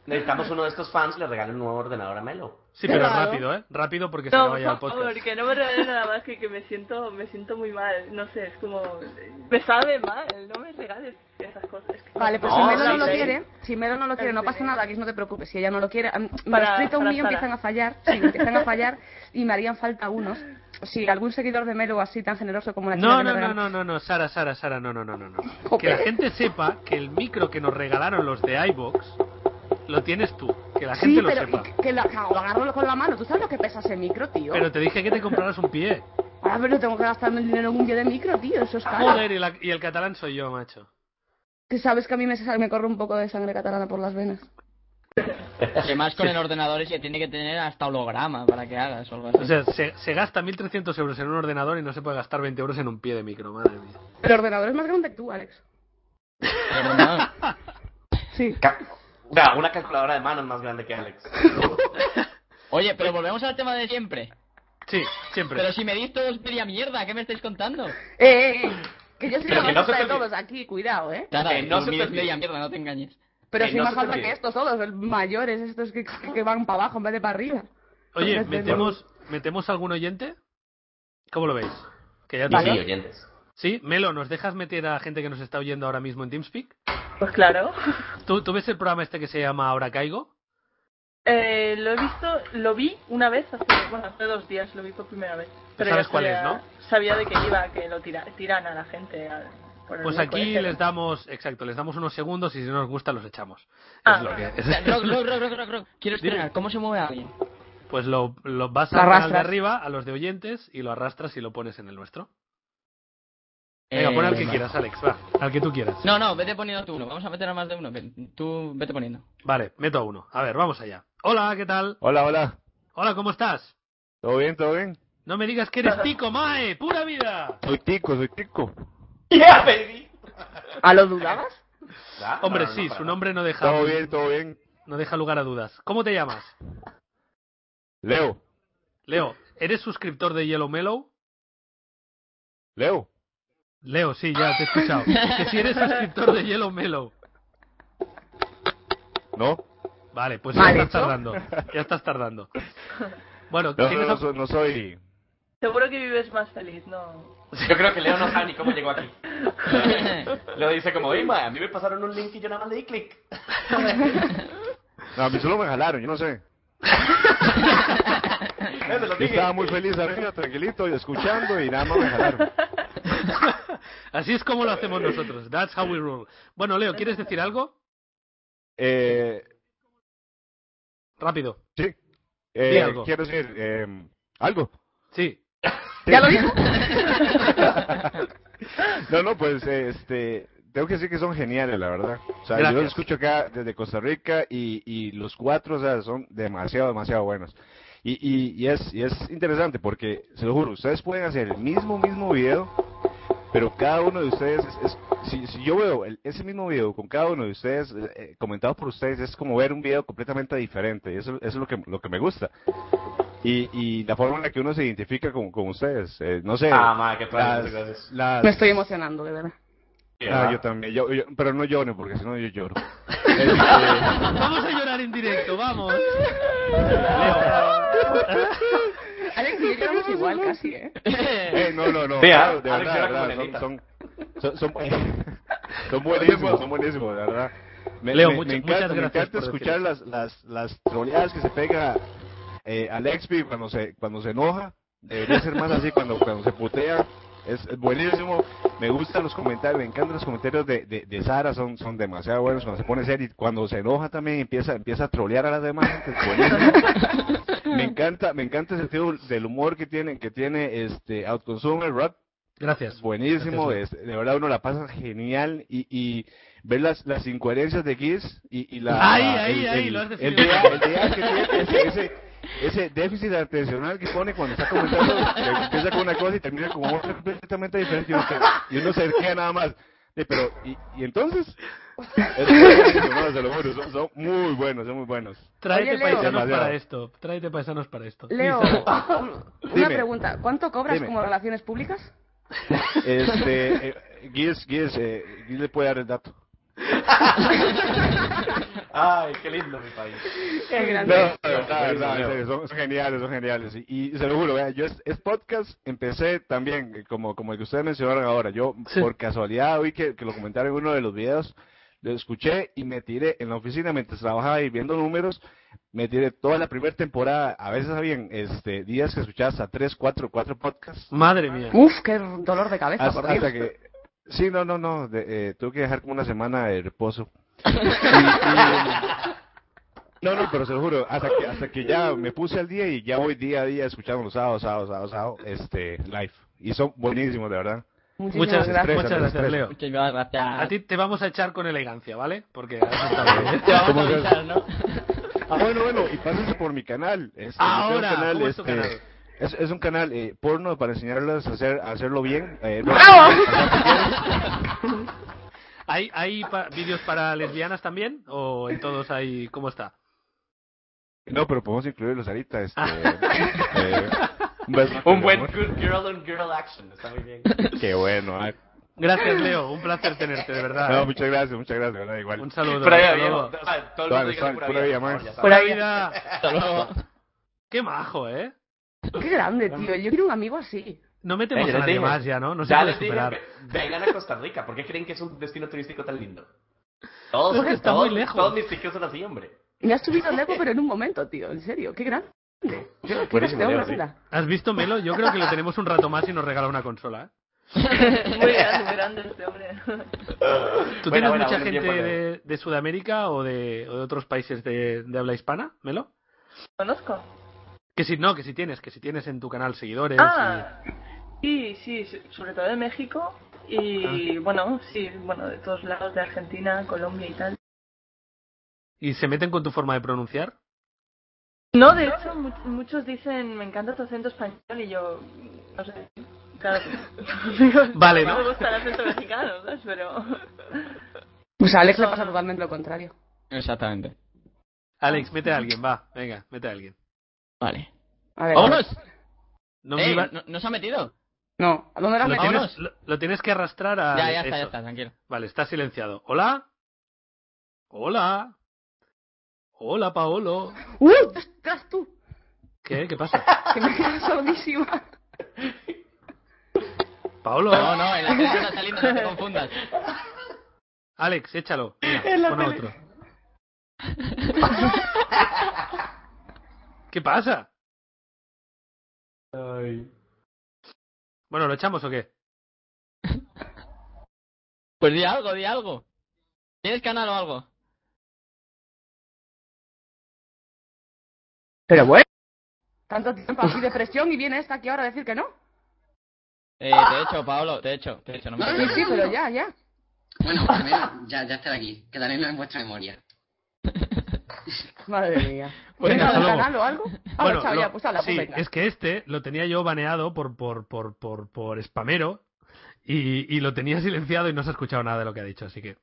Necesitamos uno de estos fans le regale un nuevo ordenador a Melo. Sí, pero Claro. rápido, ¿eh? Rápido porque se No, acaba ya el por podcast. favor, que no me regalen nada más que, que me siento me siento muy mal. No sé, es como... Me sabe mal, no me regales esas cosas. Es que- Vale, pues No, si Melo no Ah, sí, lo sí. quiere, si Melo no lo quiere, no pasa Perfecto. nada, Guis, no te preocupes. Si ella no lo quiere, a mí- me Para- lo escrito un para mío Sara. empiezan a fallar, sí, empiezan a fallar y me harían falta unos. Si algún seguidor de Melo así tan generoso como la chica No, que me no, no, regaló- no, no, no, Sara, Sara, Sara, no, no, no, no, no. Joder. Que la gente sepa que el micro que nos regalaron los de iBox lo tienes tú. Que la gente Sí, lo pero sepa. y que lo, lo agarro con la mano. ¿Tú sabes lo que pesa ese micro, tío? Pero te dije que te compraras un pie. Ah, pero tengo que gastarme el dinero en un día de micro, tío. Eso es caro. Joder, y, la- y el catalán soy yo, macho. Que sabes que a mí me, sa- me corre un poco de sangre catalana por las venas. Y más con el ordenador ese tiene que tener hasta holograma para que hagas o algo así. O sea, se, se gasta 1.300 euros en un ordenador y no se puede gastar 20 euros en un pie de micro, madre mía. El ordenador es más grande que tú, Alex. El ordenador. Sí. Ca- o sea, una calculadora de manos más grande que Alex. Oye, pero volvemos al tema de siempre. Sí, siempre. Pero si me dis todos media mierda, ¿qué me estáis contando? Eh, eh, eh. Que yo soy Pero la que más no se alta de te olvide. todos aquí, cuidado, ¿eh? Claro, Que no se te olvide. media mierda, no te engañes. Eh, Pero Que si no más se te alta que olvide. estos todos, los mayores, estos que, que van para abajo en vez de para arriba. Oye, Entonces, ¿metemos, ¿metemos algún oyente? ¿Cómo lo veis? Que ya Y tengo- sí, oyentes. ¿Sí? Melo, ¿nos dejas meter a gente que nos está oyendo ahora mismo en TeamSpeak? Pues claro. ¿Tú, tú ves el programa este que se llama Ahora Caigo? Eh, lo he visto, lo vi una vez, hace, bueno, hace dos días lo vi por primera vez. Pero sabes ya cuál es, sabía- ¿no? Sabía de que iba, que lo tira- tiran a la gente. al- por el Pues hueco aquí ese. les damos, exacto, les damos unos segundos y si no nos gusta los echamos. Es Ah. lo que- es- Rock, rock, rock, rock, rock, rock. Quiero Dime. estrenar, ¿cómo se mueve alguien? Pues lo, lo vas Lo a canal de arrastras. arriba, a los de oyentes, y lo arrastras y lo pones en el nuestro. Venga, pon al que va. quieras, Alex, va, al que tú quieras. No, no, vete poniendo tú uno. Vamos a meter a más de uno. que tú vete poniendo. Vale, meto a uno. A ver, vamos allá. Hola, ¿qué tal? Hola, hola. Hola, ¿cómo estás? ¿Todo bien, todo bien? No me digas que eres tico, mae, pura vida. Soy Tico, soy Tico. Yeah, baby. ¿A lo dudabas? Ah, Hombre, no, no, sí, no, su para nombre no deja Todo bien, todo bien. no deja lugar a dudas. ¿Cómo te llamas? Leo, Leo, ¿eres suscriptor de Yellow Mellow? Leo. Leo, sí, ya te he escuchado. Que si eres suscriptor de Yellow Mellow. No, Vale, pues Mal ya hecho. estás tardando. Ya estás tardando. Bueno, no, ¿tienes no, no, algo- so- no soy. Seguro que vives más feliz, ¿no? nada. Yo creo que Leo no sabe ni cómo llegó aquí. Leo dice como, oye, ma, a mí me pasaron un link y yo nada más le di clic. No, a mí solo me jalaron, yo no sé. Eso lo Yo dije. estaba muy feliz arriba, tranquilito, y escuchando, y nada más me jalaron. Así es como lo hacemos nosotros. That's how we roll. Bueno, Leo, ¿quieres decir algo? Eh, Rápido. sí. Di Eh, algo. quiero decir, eh, algo. Sí. ¿Ya lo dijo? No, no, pues, eh, este, tengo que decir que son geniales, la verdad. O sea, yo Gracias. los escucho acá desde Costa Rica y, y los cuatro, o sea, son demasiado, demasiado buenos. Y, y, y es, y es interesante porque, se lo juro, ustedes pueden hacer el mismo, mismo video, pero cada uno de ustedes, es, es- si, si yo veo el- ese mismo video con cada uno de ustedes, eh, eh, comentado por ustedes, es como ver un video completamente diferente. Y eso, eso es lo que, lo que me gusta. Y, y la forma en la que uno se identifica con, con ustedes. eh, no sé. Ah, ma, qué padre, muchas las, gracias. las, Me estoy emocionando, de verdad. Ah, yo también. Yo, yo- pero no lloren, porque si no yo lloro. Eh, Este, Vamos a llorar en directo, vamos. Alex y yo llegamos igual casi, ¿eh? eh, no, no, no. Sí, ah, no, de Alex verdad, llora de como verdad, Son, son, son, son- son buenísimos, son buenísimos, de verdad. Me, Leo, me- muchas- me encanta, muchas me gracias encanta por escuchar las, decir las, las troleadas que se pega eh, al Expi cuando se, cuando se enoja. Debería ser más así cuando, cuando se putea. Es es buenísimo. Me gustan los comentarios, me encantan los comentarios de, de, de Sara, son, son demasiado buenos cuando se pone serio y cuando se enoja también empieza, empieza a trolear a las demás. gente, es buenísimo. me encanta, me encanta el sentido del humor que tiene, que tiene este Outconsumer, Rock Gracias. Buenísimo, Gracias, es- de verdad uno la pasa genial y, y ver las, las incoherencias de Kiss y, y la... Ahí, ahí, ahí, lo has el definido. DA el DA que tiene ese, ese, ese déficit atencional que pone cuando está comentando, que empieza con una cosa y termina como otra completamente diferente y uno, se- y uno se queda nada más. Sí, pero, y, y entonces, es buenísimo, ¿no? Se lo juro, son, son muy buenos, son muy buenos. Tráete Oye, Leo. paisanos Demasiado. para esto. Tráete paisanos para esto. Leo, Isa, una Dime. pregunta. ¿Cuánto cobras Dime. como relaciones públicas? Este, eh, Giz, Giz, eh, Giz le puede dar el dato. Ay, qué lindo mi país. Qué No, grande. de verdad, de verdad, en serio, son, son geniales, son geniales. Y, y se lo juro, vea, yo es, es podcast, empecé también, eh, como, como el que ustedes mencionaron ahora. Yo, Sí. por casualidad, vi que, que lo comentaron en uno de los videos, lo escuché y me tiré en la oficina mientras trabajaba y viendo números, me tiré toda la primera temporada. A veces habían este, días que escuchabas a tres, cuatro, cuatro podcasts. Madre mía. Uf, qué dolor de cabeza, Hasta, por Dios. hasta que... Sí, no, no, no, de- eh, tuve que dejar como una semana de reposo. Y- y- no, no, pero se lo juro, hasta que, hasta que ya me puse al día y ya voy día a día escuchando los sábados, sábados, sábados, sábados, este, live. Y son buenísimos, de verdad. Muchísimas Muchas gracias. gracias. Muchas gracias, Leo. Muchísimas gracias. A ti te vamos a echar con elegancia, ¿vale? Porque has estado bien. Te vamos ¿Cómo a que- avisar, ¿no? Ah, bueno, bueno, y pásense por mi canal. Este, yo tengo un Ahora, canal, ¿cómo es tu este, canal? Es, es un canal eh, porno para enseñarles a, hacer, a hacerlo bien. eh, no- ¿Hay, hay pa- vídeos para lesbianas también? ¿O en todos hay...? ¿Cómo está? No, pero podemos incluirlos ahorita. Este, eh, un, beso, Un buen amor. good girl on girl action. Está muy bien. Qué bueno. ay. Gracias, Leo. Un placer tenerte, de verdad. No, ¿eh? muchas gracias, muchas gracias. de verdad, igual. Un saludo. Pura vida, Hasta viejo. luego. O sea, Ah, todo el mundo Suave, diga suave, pura pura vida, vida, por favor, man. ya sabes. Pura Por ahí. vida. Hasta luego. Qué majo, ¿eh? Qué grande, tío. Yo quiero un amigo así. No Eh, metemos yo a les nadie dije. más ya, ¿no? No se Ya puede les dije, superar. ve- vengan a Costa Rica. ¿Por qué creen que es un destino turístico tan lindo? Todos, Porque está todos- muy lejos. todos mis sitios son así, hombre. Me has subido el ego, pero en un momento, tío. En serio, qué grande. Yo, qué Buenísimo, grande, Leo, hombre, sí. mira. ¿Has visto, Melo? Yo creo que lo tenemos un rato más y nos regala una consola, ¿eh? Muy grande, muy grande este hombre. ¿Tú Buena, tienes buena, mucha buen gente tiempo, Leo. de, de Sudamérica o de, o de otros países de, de habla hispana, Melo? ¿Conozco? Que si no, que si tienes, que si tienes en tu canal seguidores. Ah, sí, sí, so- sobre todo de México y Ah. bueno, sí, bueno, de todos lados de Argentina, Colombia y tal. Y, y se meten con tu forma de pronunciar. No, de hecho, mu- muchos dicen, me encanta tu acento español y yo, no sé, claro. que- Vale, ¿no? me gusta el acento mexicano, ¿sabes? Pero... Pues a Alex le pasa totalmente lo contrario. Exactamente. Alex, mete a alguien, va. Venga, mete a alguien. Vale. A ver. ¡Vámonos! No me Eh, iba- no, no se ha metido? No, ¿a dónde la has Lo metido? vámonos. tienes, lo, lo tienes que arrastrar a. Ya, ya está, ya eso. está, tranquilo. Vale, está silenciado. Hola. Hola. Hola, Paolo. ¡Uy! ¡Estás ¡Uh! tú! ¿Qué? ¿Qué pasa? Que me quedas sordísima. Paolo. No, no, el acento está saliendo, no te confundas. Alex, échalo. Mira, pon a otro. ¿Qué pasa? Bueno, ¿lo echamos o qué? Pues di algo, di algo. ¿Tienes canal o algo? Pero bueno. Tanto tiempo aquí de presión y viene esta aquí ahora a decir que no. Eh, te echo, Paolo, te echo, te echo, no me Sí, sí, pero ya, ya. Bueno, primero, ya, ya estoy aquí. Quedaré en vuestra memoria. Madre mía. Bueno, ¿Tienes hasta un luego. canal o algo? Ah, bueno, chao, lo- ya, pues hala, pues sí, venga. es que este lo tenía yo baneado por por por por por spamero y, y lo tenía silenciado y no se ha escuchado nada de lo que ha dicho, así que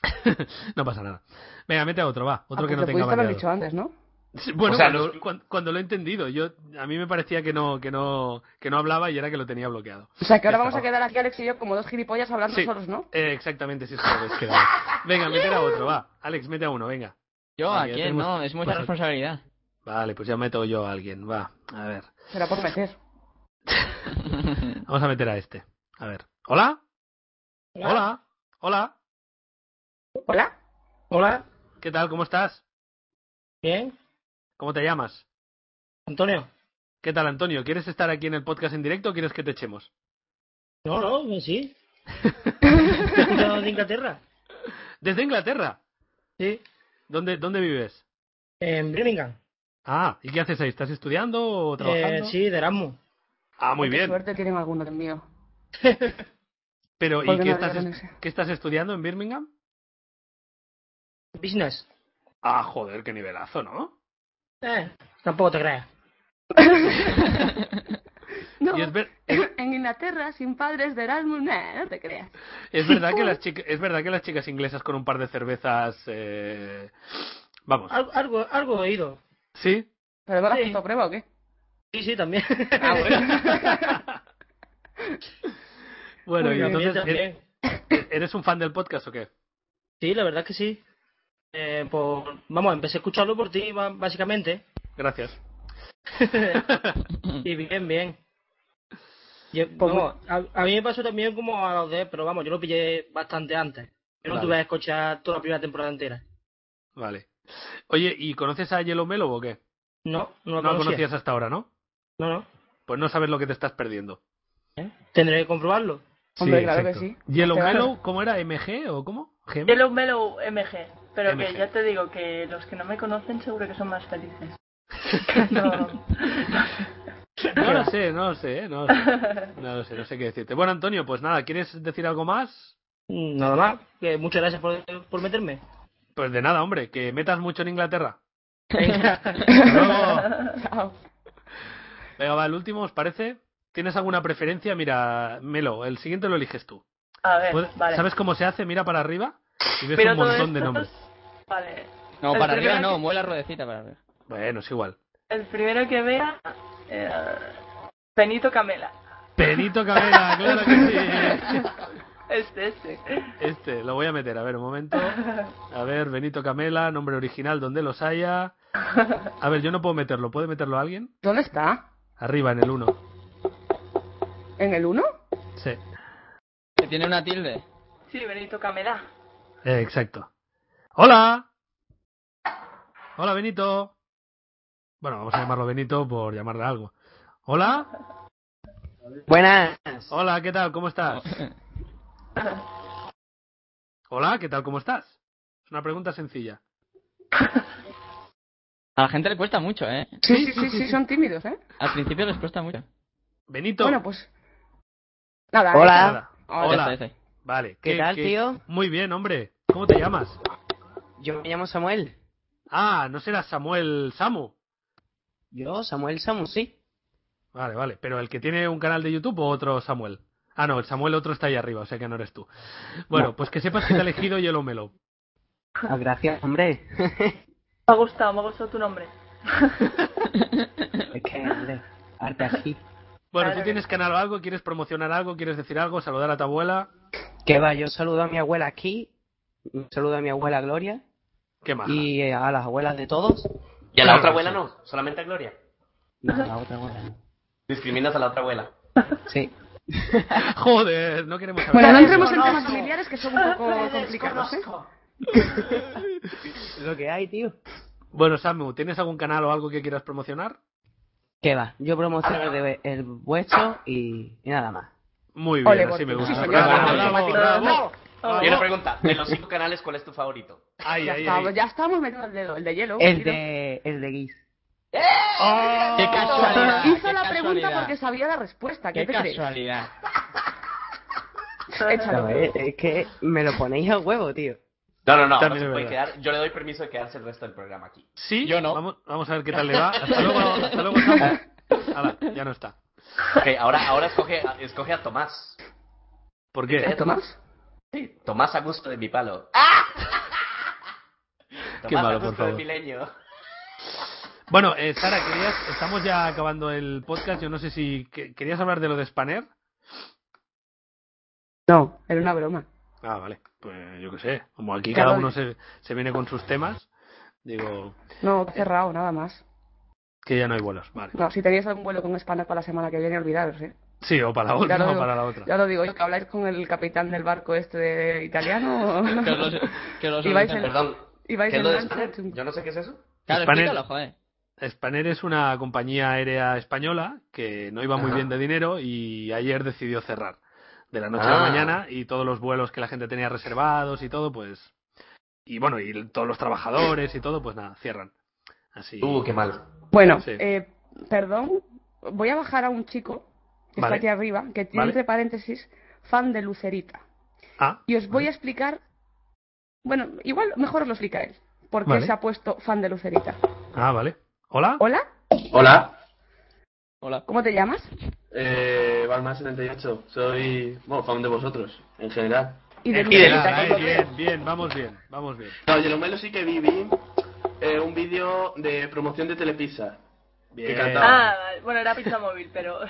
no pasa nada. Venga, mete a otro, va, Ah, otro que pues no lo tenga pudiste haber baneado. dicho antes, ¿no? Sí, Bueno, O sea, cuando, los- cuan- cuando lo he entendido, yo a mí me parecía que no que no que no hablaba y era que lo tenía bloqueado. O sea, que ahora Ya vamos está. a quedar aquí Alex y yo como dos gilipollas hablando Sí. solos, ¿no? Eh, exactamente, si es como habéis quedado. Venga, meter a otro, va. Alex, mete a uno, venga. Yo, ¿a Vale, ya quién? tenemos- No, es mucha pues- responsabilidad. Vale, pues ya meto yo a alguien, va. A ver, Será por meter. vamos a meter a este. A ver. ¿Hola? Hola. Hola. ¿Hola? Hola, ¿Qué tal? ¿Cómo estás? bien, ¿Cómo te llamas? Antonio. ¿Qué tal, Antonio? ¿Quieres estar aquí en el podcast en directo o quieres que te echemos? No, no, que sí. ¿Te has escuchado de Inglaterra? Desde Inglaterra. Sí, ¿Dónde, dónde vives? en Birmingham. Ah, ¿y qué haces ahí? ¿Estás estudiando o Eh, trabajando? sí, de Erasmus. Ah, muy Qué bien. Eh. suerte tienen alguno del mío. Pero, ¿y Porque qué no estás, había est- conexión. qué estás estudiando en Birmingham? Business. Ah, joder, qué nivelazo, ¿no? Eh, tampoco te creas. No, Y es ver- en, en Inglaterra sin padres de Erasmus. Nah, no te creas. Es verdad que las chicas, es verdad que las chicas inglesas con un par de cervezas, eh, vamos, Ah. Algo, algo, algo he oído. sí, ¿Pero no la has Sí. puesto a prueba o qué? Sí, sí, también. Ah, bueno. bueno, Muy y bien, entonces, también. ¿e- ¿eres un fan del podcast o qué? Sí, la verdad es que sí. Eh, por- vamos, empecé a escucharlo por ti, ba- básicamente. Gracias. y bien, bien. Yo- Pues vamos, a, a mí me pasó también como a los de, pero vamos, yo lo pillé bastante antes. Yo no Vale. tuve que escuchar toda la primera temporada entera. Vale. Oye, ¿y conoces a Yellow Melo o qué? No, no No lo la conocía. conocías hasta ahora, ¿no? No, no. Pues no sabes lo que te estás perdiendo. Tendré que comprobarlo. Hombre, claro que sí. ¿Yellow Claro. Melo, cómo era? ¿MG o cómo? ¿GM? Yellow Mellow MG. Pero que MG. ya te digo que los que no me conocen seguro que son más felices. No. No lo sé, no lo sé, ¿eh? no lo sé. No lo sé, no sé qué decirte. Bueno, Antonio, pues nada, ¿quieres decir algo más? Mm, Nada más. que muchas gracias por, por meterme. Pues de nada, hombre, que metas mucho en Inglaterra. Chao. Venga, va, el último, ¿os parece? ¿Tienes alguna preferencia? Mira, Melo, el siguiente lo eliges tú. A ver, Puede- vale. ¿Sabes cómo se hace? Mira para arriba y ves Pero un todo montón de esto- nombres. Vale. No, El para arriba primero no, que- mueve la ruedecita para arriba. Bueno, es igual. El primero que vea. eh, Benito Camela. Benito Cabera, claro que sí. Este, este. Este, lo voy a meter, a ver, un momento. A ver, Benito Camela, nombre original donde los haya. A ver, yo no puedo meterlo, ¿puede meterlo alguien? ¿Dónde está? Arriba, en el 1. ¿En el 1? Sí, Que tiene una tilde. Sí, Benito Camela. eh, exacto. ¡Hola! ¡Hola, Benito! Bueno, vamos a llamarlo Benito por llamarle algo. ¿Hola? Buenas. Hola, ¿qué tal? ¿Cómo estás? Hola, ¿qué tal? ¿Cómo estás? Es una pregunta sencilla. A la gente le cuesta mucho, ¿eh? Sí, sí, sí, sí, son tímidos, ¿eh? Al principio les cuesta mucho. Benito. Bueno, pues. Nada. Hola. Nada. Ya Hola. está, ya está. Vale. ¿Qué tal, tío? Muy bien, hombre. ¿Cómo te llamas? Yo me llamo Samuel. Ah, ¿no será Samuel Samu? Yo, Samuel Samu, sí. Vale, vale. ¿Pero el que tiene un canal de YouTube o otro Samuel? Ah, no, el Samuel otro está ahí arriba, o sea que no eres tú. Bueno, pues que sepas que te ha elegido Yellow Melo. Ah, gracias, hombre. Me ha gustado, me ha gustado tu nombre. es que, hombre, arte así. Bueno, Claro ¿tú que tienes canal o algo? ¿Quieres promocionar algo? ¿Quieres decir algo? ¿Saludar a tu abuela? Que va, yo saludo a mi abuela aquí. Un saludo a mi abuela Gloria. ¿Qué más? Y eh, a las abuelas de todos. Ah, Y a la Ah, Claro otra que abuela sí. no, solamente a Gloria. No, a la otra abuela. no. Discriminas a la otra abuela. Sí. Joder, no queremos saber. Bueno, no nada. entremos en temas familiares que son un poco complicados, ¿eh? Desconozco. Lo que hay, tío. Bueno, Samu, ¿tienes algún canal o algo que quieras promocionar? Que va, yo promociono el, de- el vuestro y, y nada más. Muy bien, Ole, así porque- me sí, gusta. señor. Bravo, Bravo, bravo, bravo. bravo. Y una pregunta, de los cinco canales, ¿cuál es tu favorito? Ay, Ya, ay, está, pues, ay. ya estamos metiendo el dedo, el de hielo. El tiro. de, el de Guis. Oh. ¡Qué casualidad! ¡Eh! Hizo qué la pregunta casualidad, porque sabía la respuesta. ¿Qué, ¡Qué te casualidad! crees? Échalo. Es, es que me lo ponéis a huevo, tío. No, no, no, no También se es puede verdad. quedar. Yo le doy permiso de quedarse el resto del programa aquí. Sí, Yo no. Vamos, vamos a ver qué tal le va. Hasta luego, hasta luego, Samu. Hala, ya no está. Ok, ahora, ahora escoge, a- escoge a Tomás. ¿Por qué? Tomás. Sí, Tomás a gusto de mi palo. Tomás Qué malo, a por gusto de favor. milenio. Bueno, eh, Sara, querías, estamos ya acabando el podcast. Yo no sé si que- querías hablar de lo de Spanner. No, era una broma. Ah, vale. Pues yo qué sé. Como aquí Claro. cada uno se, se viene con sus temas, digo No, cerrado, nada más. que ya no hay vuelos. Vale. No, si tenéis algún vuelo con España para la semana que viene, olvidaros, ¿eh? Sí, o para la Ya otra lo o digo- para la otra. Ya lo digo yo, que habláis con el capitán del barco este de- italiano. Que os lo- que os lo Y vais solucione. en- Perdón, y vais ¿qué es en lo de lancha Spanner? chum- Yo no sé qué es eso. Claro, Spanner- explícalo, joder. Spanair es una compañía aérea española que no iba muy Ajá. bien de dinero y ayer decidió cerrar de la noche a Ah. la mañana y todos los vuelos que la gente tenía reservados y todo, pues... Y bueno, y todos los trabajadores y todo, pues nada, cierran. Así. Uh, qué mal. Bueno, Sí. eh, perdón, voy a bajar a un chico que Vale. está aquí arriba, que tiene Vale. entre paréntesis fan de Lucerita. Ah, Y os voy a explicar. Bueno, igual mejor os lo explica él. ¿Por qué Vale. se ha puesto fan de Lucerita? ah, vale. ¿Hola? Hola, Hola. Hola. ¿cómo te llamas? Eh, Balmar78, soy, bueno, fan de vosotros, en general. Y de Bien, bien, Eh, bien, bien, vamos bien, vamos bien. No, yo lo malo sí que vi, vi eh, un vídeo de promoción de Telepizza. Que Bien. cantaba. Ah, vale. bueno, era pizza móvil, pero...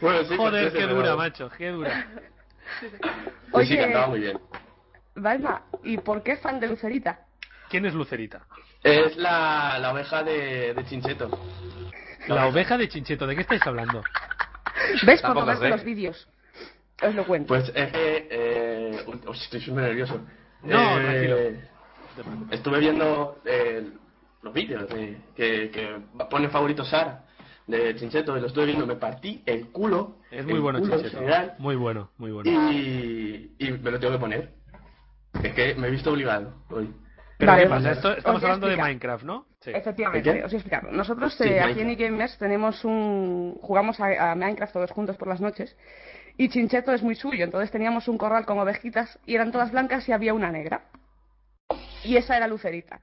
Bueno, sí, Joder, sí, qué sí, dura, pero- macho, qué dura. Pues sí, Oye. cantaba muy bien. Valma, ¿y por qué fan de Lucerita? ¿Quién es Lucerita? Es la, la oveja de, de Chincheto. La oveja de Chincheto, ¿de qué estáis hablando? ¿Ves por Tampoco lo sé. de los vídeos? Os lo cuento. Pues es que... Eh, uy, uy, estoy súper nervioso. No, Eh, tranquilo. Estuve viendo eh, los vídeos de- que, que pone favorito Sara de Chincheto y lo estuve viendo. Me partí el culo. Es muy el bueno, culo en Chincheto. general, Muy bueno, muy bueno. y, y me lo tengo que poner. Es que me he visto obligado hoy. Pero Vale, ¿qué pasa? vale. Esto- Os estamos voy a hablando de explicar. Minecraft, ¿no? Sí. Efectivamente, ¿De qué? os voy a explicar. Nosotros Sí, eh, Minecraft. aquí en Gamers tenemos un... jugamos a, a Minecraft todos juntos por las noches y Chincheto es muy suyo, entonces teníamos un corral con ovejitas y eran todas blancas y había una negra. Y esa era Lucerita.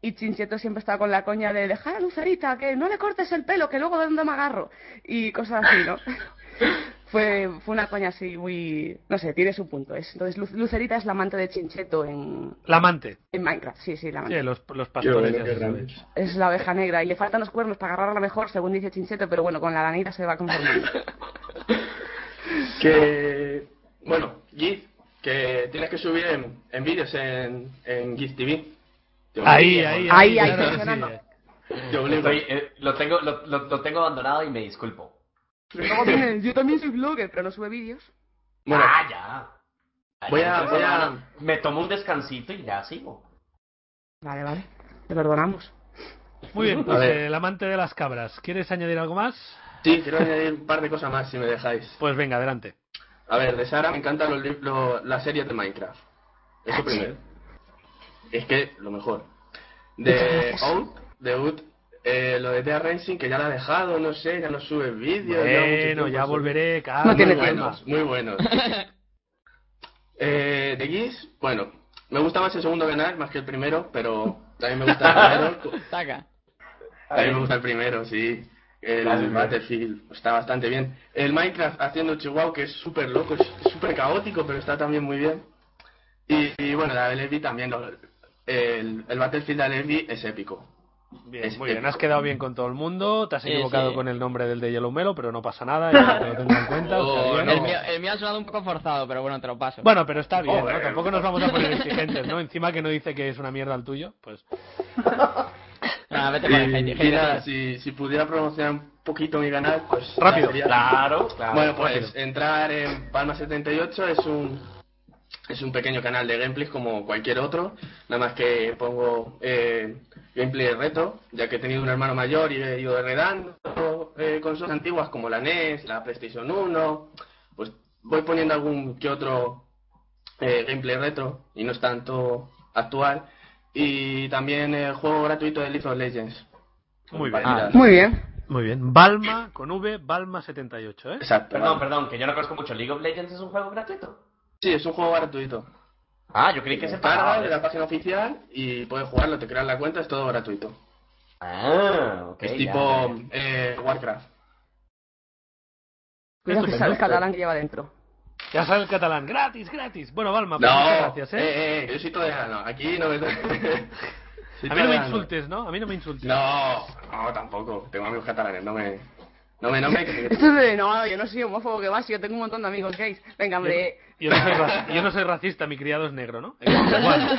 Y Chincheto siempre estaba con la coña de dejar a Lucerita, que no le cortes el pelo, que luego de dónde me agarro. Y cosas así, ¿no? fue, fue una coña así muy... no sé, tiene su punto. Es. Entonces Lu- Lucerita es la amante de Chincheto en, La amante. en Minecraft, sí, sí, la amante. Sí, los, los Qué bueno pastores. ya que se sabe. grabes. Es la oveja negra y le faltan los cuernos para agarrarla mejor, según dice Chincheto, pero bueno, con la lanita se va conformando. Que. Bueno, GIF, que tienes que subir en, en vídeos en, en GIF TV. Te Ahí, obligo, ahí, ¿no? Ahí, ahí, claro que sí. funcionando. Te obligo. Estoy, eh, lo, tengo, lo, lo- lo tengo abandonado y me disculpo. Luego eh. viene, yo también soy blogger, pero no sube vídeos. Bueno, ah, ya. Ay, Voy a- entonces, voy a- hermano, Me tomo un descansito y ya sigo. Vale, vale, te perdonamos. Muy bien, pues A ver. eh, el amante de las cabras. ¿Quieres añadir algo más? sí, quiero añadir un par de cosas más si me dejáis. Pues venga, adelante. A ver, de Sara me encantan los, li- lo- las series de Minecraft. Ah, Eso primero. Es que lo mejor. De Out, de Out, eh, lo de Tea Racing que ya la ha dejado, no sé, ya no sube vídeos. lleva mucho Bueno, tiempo ya sin- volveré. Calma, No tiene muy tiempo. buenos, muy buenos. Eh, de Giz, bueno, me gusta más el segundo canal más que el primero, pero también me gusta el primero. Saca. También me gusta el primero, sí. El Battlefield está bastante bien. El Minecraft haciendo el Chihuahua, que es súper loco, es súper caótico, pero está también muy bien. Y, y bueno, la de Levi también. lo- el, el Battlefield de Levi es épico. Bien, muy bien, has quedado bien con todo el mundo. Te has Sí, equivocado sí. con el nombre del de Yellow Melo, pero no pasa nada, ya te lo tengo en cuenta. o sea, Oh, bien. no. El, mío, el mío ha sonado un poco forzado, pero bueno, te lo paso. Bueno, pero está bien, ¿no? Joder. Tampoco nos vamos a poner exigentes, ¿no? Encima que no dice que es una mierda el tuyo, pues. Nada, vete con el Y, hate, y hate, nada, hate. si, si pudiera promocionar un poquito mi canal, pues. ya Rápido. sería- Claro, claro. Bueno, pues entrar en Palma78 es un es un pequeño canal de gameplays como cualquier otro, nada más que pongo eh, gameplay de reto, ya que he tenido un hermano mayor y he ido heredando eh, consolas antiguas como la NES, la PlayStation 1, pues voy poniendo algún que otro eh, gameplay retro y no es tanto actual. Y también el juego gratuito de League of Legends. Muy bien. Partidas. Ah, Muy bien. Muy bien. Balma con V, Balma78, ¿eh? Exacto. Perdón, vale. perdón, que yo no conozco mucho. League of Legends es un juego gratuito. Sí, es un juego gratuito. Ah, yo creí que se se carga de la pagaba. página oficial y puedes jugarlo, te crean la cuenta, es todo gratuito. Ah, ok. es ya, tipo ya, ya. eh, Warcraft. Cuidado que sabes catalán que lleva dentro. Ya sale el catalán. Gratis, gratis. Bueno, Balma, pues muchas No, gracias, ¿eh? eh, eh, yo soy toledano, aquí no me... Soy A mí no me toledano. insultes, ¿no? A mí no me insultes. No, no, tampoco, tengo amigos catalanes, no me... No me, no me... Esto es de, no, yo no soy homófobo que va, si yo tengo un montón de amigos gays. Venga, hombre. eh, Yo no, soy ra- yo no soy racista, mi criado es negro, ¿no? Igual.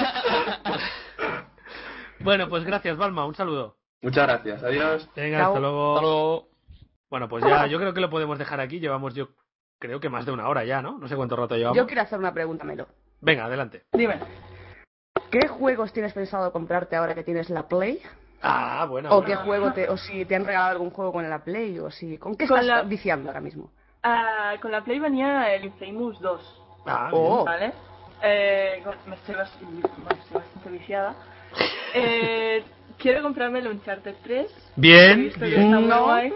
bueno, pues gracias, Balma. Un saludo. Muchas gracias, adiós. Venga, Chao. hasta luego. Hasta luego. Bueno, pues ya, yo creo que lo podemos dejar aquí. Llevamos, yo creo que más de una hora ya, ¿no? No sé cuánto rato llevamos. Yo quiero hacer una pregunta, Melo. Venga, adelante. Dime. ¿Qué juegos tienes pensado comprarte ahora que tienes la Play? Ah, bueno. ¿O bueno. qué juego te, o si te han regalado algún juego con la Play? ¿O si con qué Con estás la- viciando ahora mismo? Ah, con la Play venía el Infamous 2. Ah, Oh. ¿Vale? Eh, con- me estoy, bas- bueno, estoy bastante viciada. Eh, quiero comprarme el Uncharted 3. He bien. visto que Bien, está muy No. guay.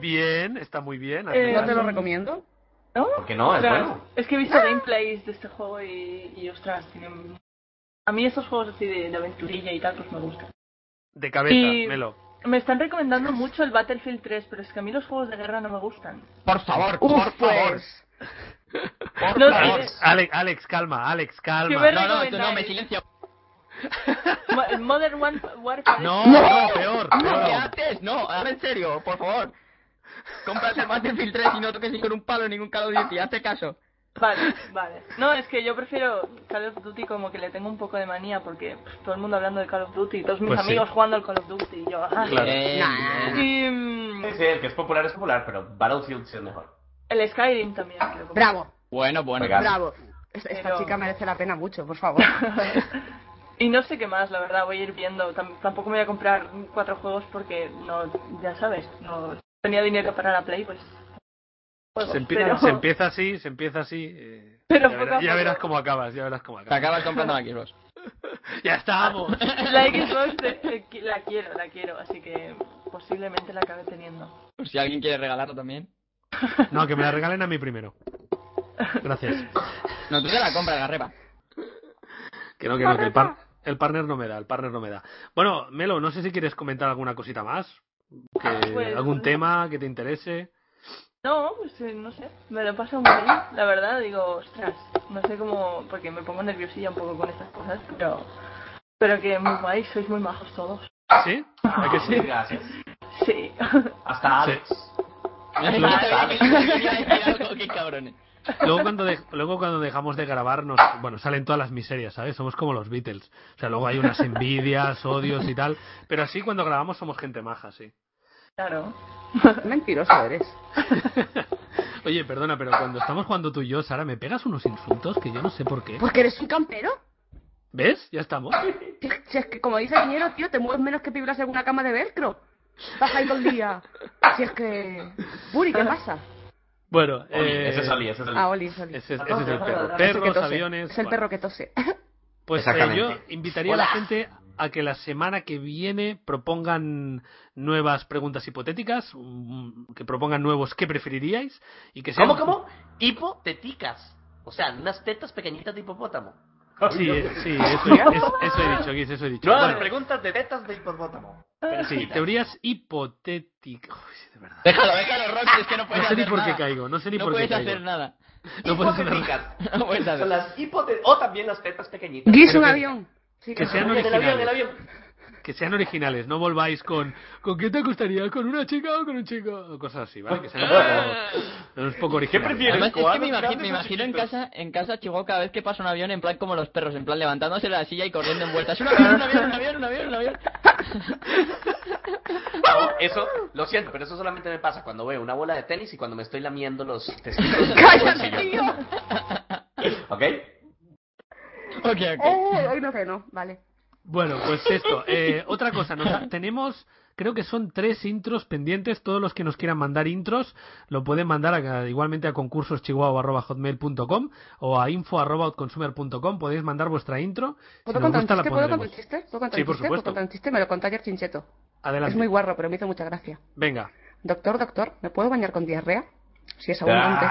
bien, está muy bien. Eh, Ah, ¿No te lo Mm. recomiendo? ¿No? ¿Por qué no? Es Ostras, bueno. es que he visto gameplays de este juego y, y ostras, tienen... A mí estos juegos así de, de aventurilla y tal, pues me gustan. De cabeza, y- Melo. Me están recomendando mucho el Battlefield 3, pero es que a mí los juegos de guerra no me gustan. Por favor, Uf, por pues. favor. No, Alex, sí. Alex, Alex, calma, Alex, calma. me No, no, recomendáis? tú no, me silencio. Mo- el Modern Warf- Warfare. Ah, No, no, peor, No, peor. ¿qué haces? No, ahora en serio, por favor. Cómprate el Battlefield 3 y no toques ni con un palo ningún Call of Duty, hazte caso. Vale, vale. No, es que yo prefiero Call of Duty como que le tengo un poco de manía porque pff, todo el mundo hablando de Call of Duty, todos mis Pues sí. amigos jugando al Call of Duty y yo, ah, Claro. nah. Y mm, Sí, sí, el que es popular es popular, pero Battlefield sí es mejor. el Skyrim también. creo que- Bravo, Bueno, bueno. Oigan. pues, bravo. Es- Esta Pero- chica merece la pena mucho, por favor. Y no sé qué más, la verdad, voy a ir viendo. Tam- tampoco me voy a comprar cuatro juegos porque no, ya sabes, no tenía dinero para la Play, pues. Se juegos, empieza, pero- se empieza así, se empieza así. eh, Pero ya, poco verás, a ya poco. verás cómo acabas, ya verás cómo Te acabas. acabas comprando la Xbox. Ya estamos. La Xbox eh, eh, qui- la quiero, la quiero, así que posiblemente la acabe teniendo. Por si alguien quiere regalarla también. No, que me la regalen a mí primero. Gracias. No, tú te la compras, la repa. Que no, que no, que el, par- el partner no me da, el partner no me da. Bueno, Melo, no sé si quieres comentar alguna cosita más. que- Pues, algún no. tema que te interese. No, pues eh, no sé, me lo paso muy bien, la verdad, digo, ostras, no sé cómo, porque me pongo nerviosilla un poco con estas cosas, pero. Pero que muy guay, sois muy majos todos. ¿Sí? ¿A que sí? Gracias. Sí. Hasta Alex. Qué cabrones. Luego cuando, de- luego cuando dejamos de grabar, nos, bueno, salen todas las miserias, ¿sabes? Somos como los Beatles. O sea, luego hay unas envidias, odios y tal. Pero así cuando grabamos somos gente maja, sí. claro. Mentiroso eres. Oye, perdona, pero cuando estamos jugando tú y yo, Sara, me pegas unos insultos que yo no sé por qué. Porque eres un campero. ¿Ves? Ya estamos. Si, si es que, como dice Piñero, tío, te mueves menos que pibulas en una cama de velcro. Estás ahí todo el día. Si es que... Buri, ¿qué pasa? Bueno, Oli, eh, Ese es Oli, ese es Oli. Ah, Oli, es Oli. ese es- ese es el perro. Es el que Perros, tose. aviones. Es el bueno. perro que tose. Pues eh, Exactamente. yo invitaría a la gente a que la semana que viene propongan nuevas preguntas hipotéticas, mm, que propongan nuevos qué preferiríais y que sean... ¿Cómo, cómo? Hipoteticas. O sea, unas tetas pequeñitas de hipopótamo. Sí, eh, sí, eso, eso- eso he dicho, Guis, eso he dicho. No, Bueno, preguntas de tetas de hipopótamo. sí, teorías hipotéticas. Uy, de verdad. Déjalo, déjalo, Rocky, es que no puedes No sé hacer ni por qué nada. caigo, no sé ni No por qué puedes caigo. hacer nada. No puedes hacer nada. Hipotéticas. No puedes hacer Son nada. las hipote- O también las tetas pequeñitas. Guis, un que- avión. Sí, que sean El avión, originales. el avión. Que sean originales, no volváis con ¿con qué te gustaría? ¿Con una chica o con un chico? O cosas así, ¿vale? Que sean un poco, un poco originales. prefieres? Además, es que me Cuadros imagino, grandes me o imagino en chiquitos. casa, en casa Chihuahua cada vez que pasa un avión en plan como los perros, en plan levantándose de la silla y corriendo en vueltas. Un avión, un avión, un avión, un avión, un avión. No, eso, lo siento, pero eso solamente me pasa cuando veo una bola de tenis y cuando me estoy lamiendo los testículos. ¡Cállate, tío! ¿Ok? Ok, ok. Eh, hoy no que no, vale. Bueno, pues esto. Eh, otra cosa, nos- tenemos, creo que son tres intros pendientes. Todos los que nos quieran mandar intros lo pueden mandar a- igualmente a concursoschihuahua.hotmail.com o a info.consumer.com. Podéis mandar vuestra intro. Si ¿Puedo nos contar gusta, la un chiste? ¿Puedo contar un pondremos. chiste? ¿Puedo contar Sí, un por chiste? ¿Puedo supuesto. contar un chiste? Me lo contó ayer Chincheto. Es Adelante. muy guarro, pero me hizo mucha gracia. Venga. Doctor, doctor, ¿me puedo bañar con diarrea? Si es abundante.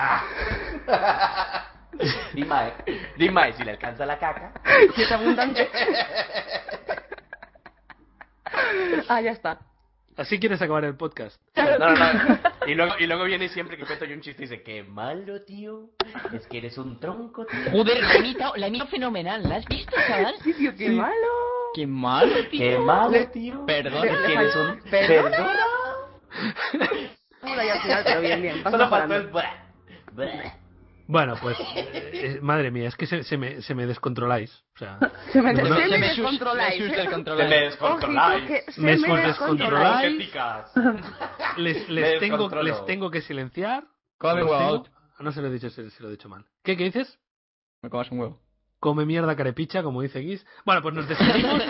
Dime, dime, si le alcanza la caca. Si es abundante. ah, ya está. Así quieres acabar el podcast. No, no, no. Y luego, y luego viene siempre que cuento yo un chiste y dice, qué malo, tío. Es que eres un tronco, tío. Joder, la he imitado- la he imitado fenomenal, ¿la has visto, chaval? Sí, tío, qué malo. Qué malo, Qué tío. malo, tío. Perdón. Es que eres un... Perdona. Perdona. Ahora ya al final, pero bien, bien. Vas Solo faltó mejorando. el... bra, bra. Bueno, pues, eh, eh, madre mía, es que se, se me, se me descontroláis. O sea, Se me, No, se no, me se me sus- descontroláis. me sus ¿eh? Te me descontroláis. Ojito descontroláis. que se Me me, sus descontroláis. descontroláis. Hipotéticas. les, Me les, tengo, descontrolo. les tengo que silenciar. Come Los huevo tengo- out. Ah, No se lo he dicho, se, se lo he dicho mal. ¿Qué, qué dices? Me comas un huevo. Come mierda carepicha, como dice Guis. Bueno, pues nos despedimos.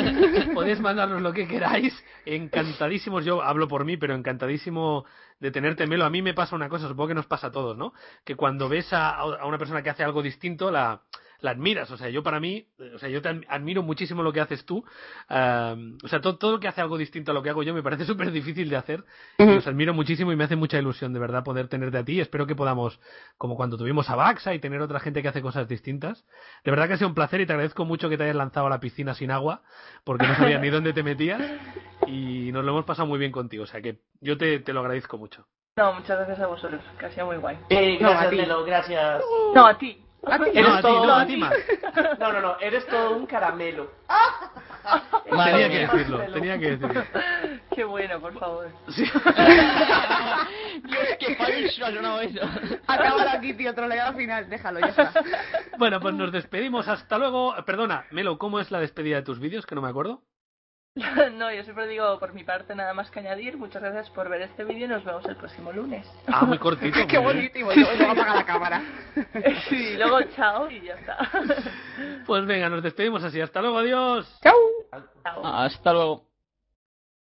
Podéis mandarnos lo que queráis. Encantadísimos, yo hablo por mí, pero encantadísimo de tenerte, Melo. A mí me pasa una cosa, supongo que nos pasa a todos, ¿no? Que cuando ves a, a una persona que hace algo distinto, la, la admiras. O sea, yo para mí, eh, o sea, yo te admi- admiro muchísimo lo que haces tú. Ah, o sea, todo, todo lo que hace algo distinto a lo que hago yo me parece súper difícil de hacer. Y Los admiro muchísimo y me hace mucha ilusión, de verdad, poder tenerte a ti. Espero que podamos, como cuando tuvimos a Baxa y tener otra gente que hace cosas distintas. De verdad que ha sido un placer y te agradezco mucho que te hayas lanzado a la piscina sin agua, porque no sabía ni dónde te metías. Y, y nos lo hemos pasado muy bien contigo. O sea que yo te, te lo agradezco mucho. No, muchas gracias a vosotros, que ha sido muy guay. Eh, gracias, no, a ti. Melo, gracias. No, a ti. Eres No, a ti, todo... no, a ti más. No, no, no, eres todo un caramelo. Tenía que decirlo, tenía que decirlo. Qué bueno, por favor. Dios, qué falso ha sonado eso. Acábalo aquí, tío, troleada final. Déjalo, ya está. Bueno, pues nos despedimos. Hasta luego. Perdona, Melo, ¿cómo es la despedida de tus vídeos? Que no me acuerdo. no, yo siempre digo por mi parte nada más que añadir. Muchas gracias por ver este vídeo y nos vemos el próximo lunes. Ah, muy cortito. Qué muy bien. bonito. Y bueno, luego apaga la cámara. sí, luego chao y ya está. Pues venga, nos despedimos así. Hasta luego, adiós. Chau. Ah, Hasta luego.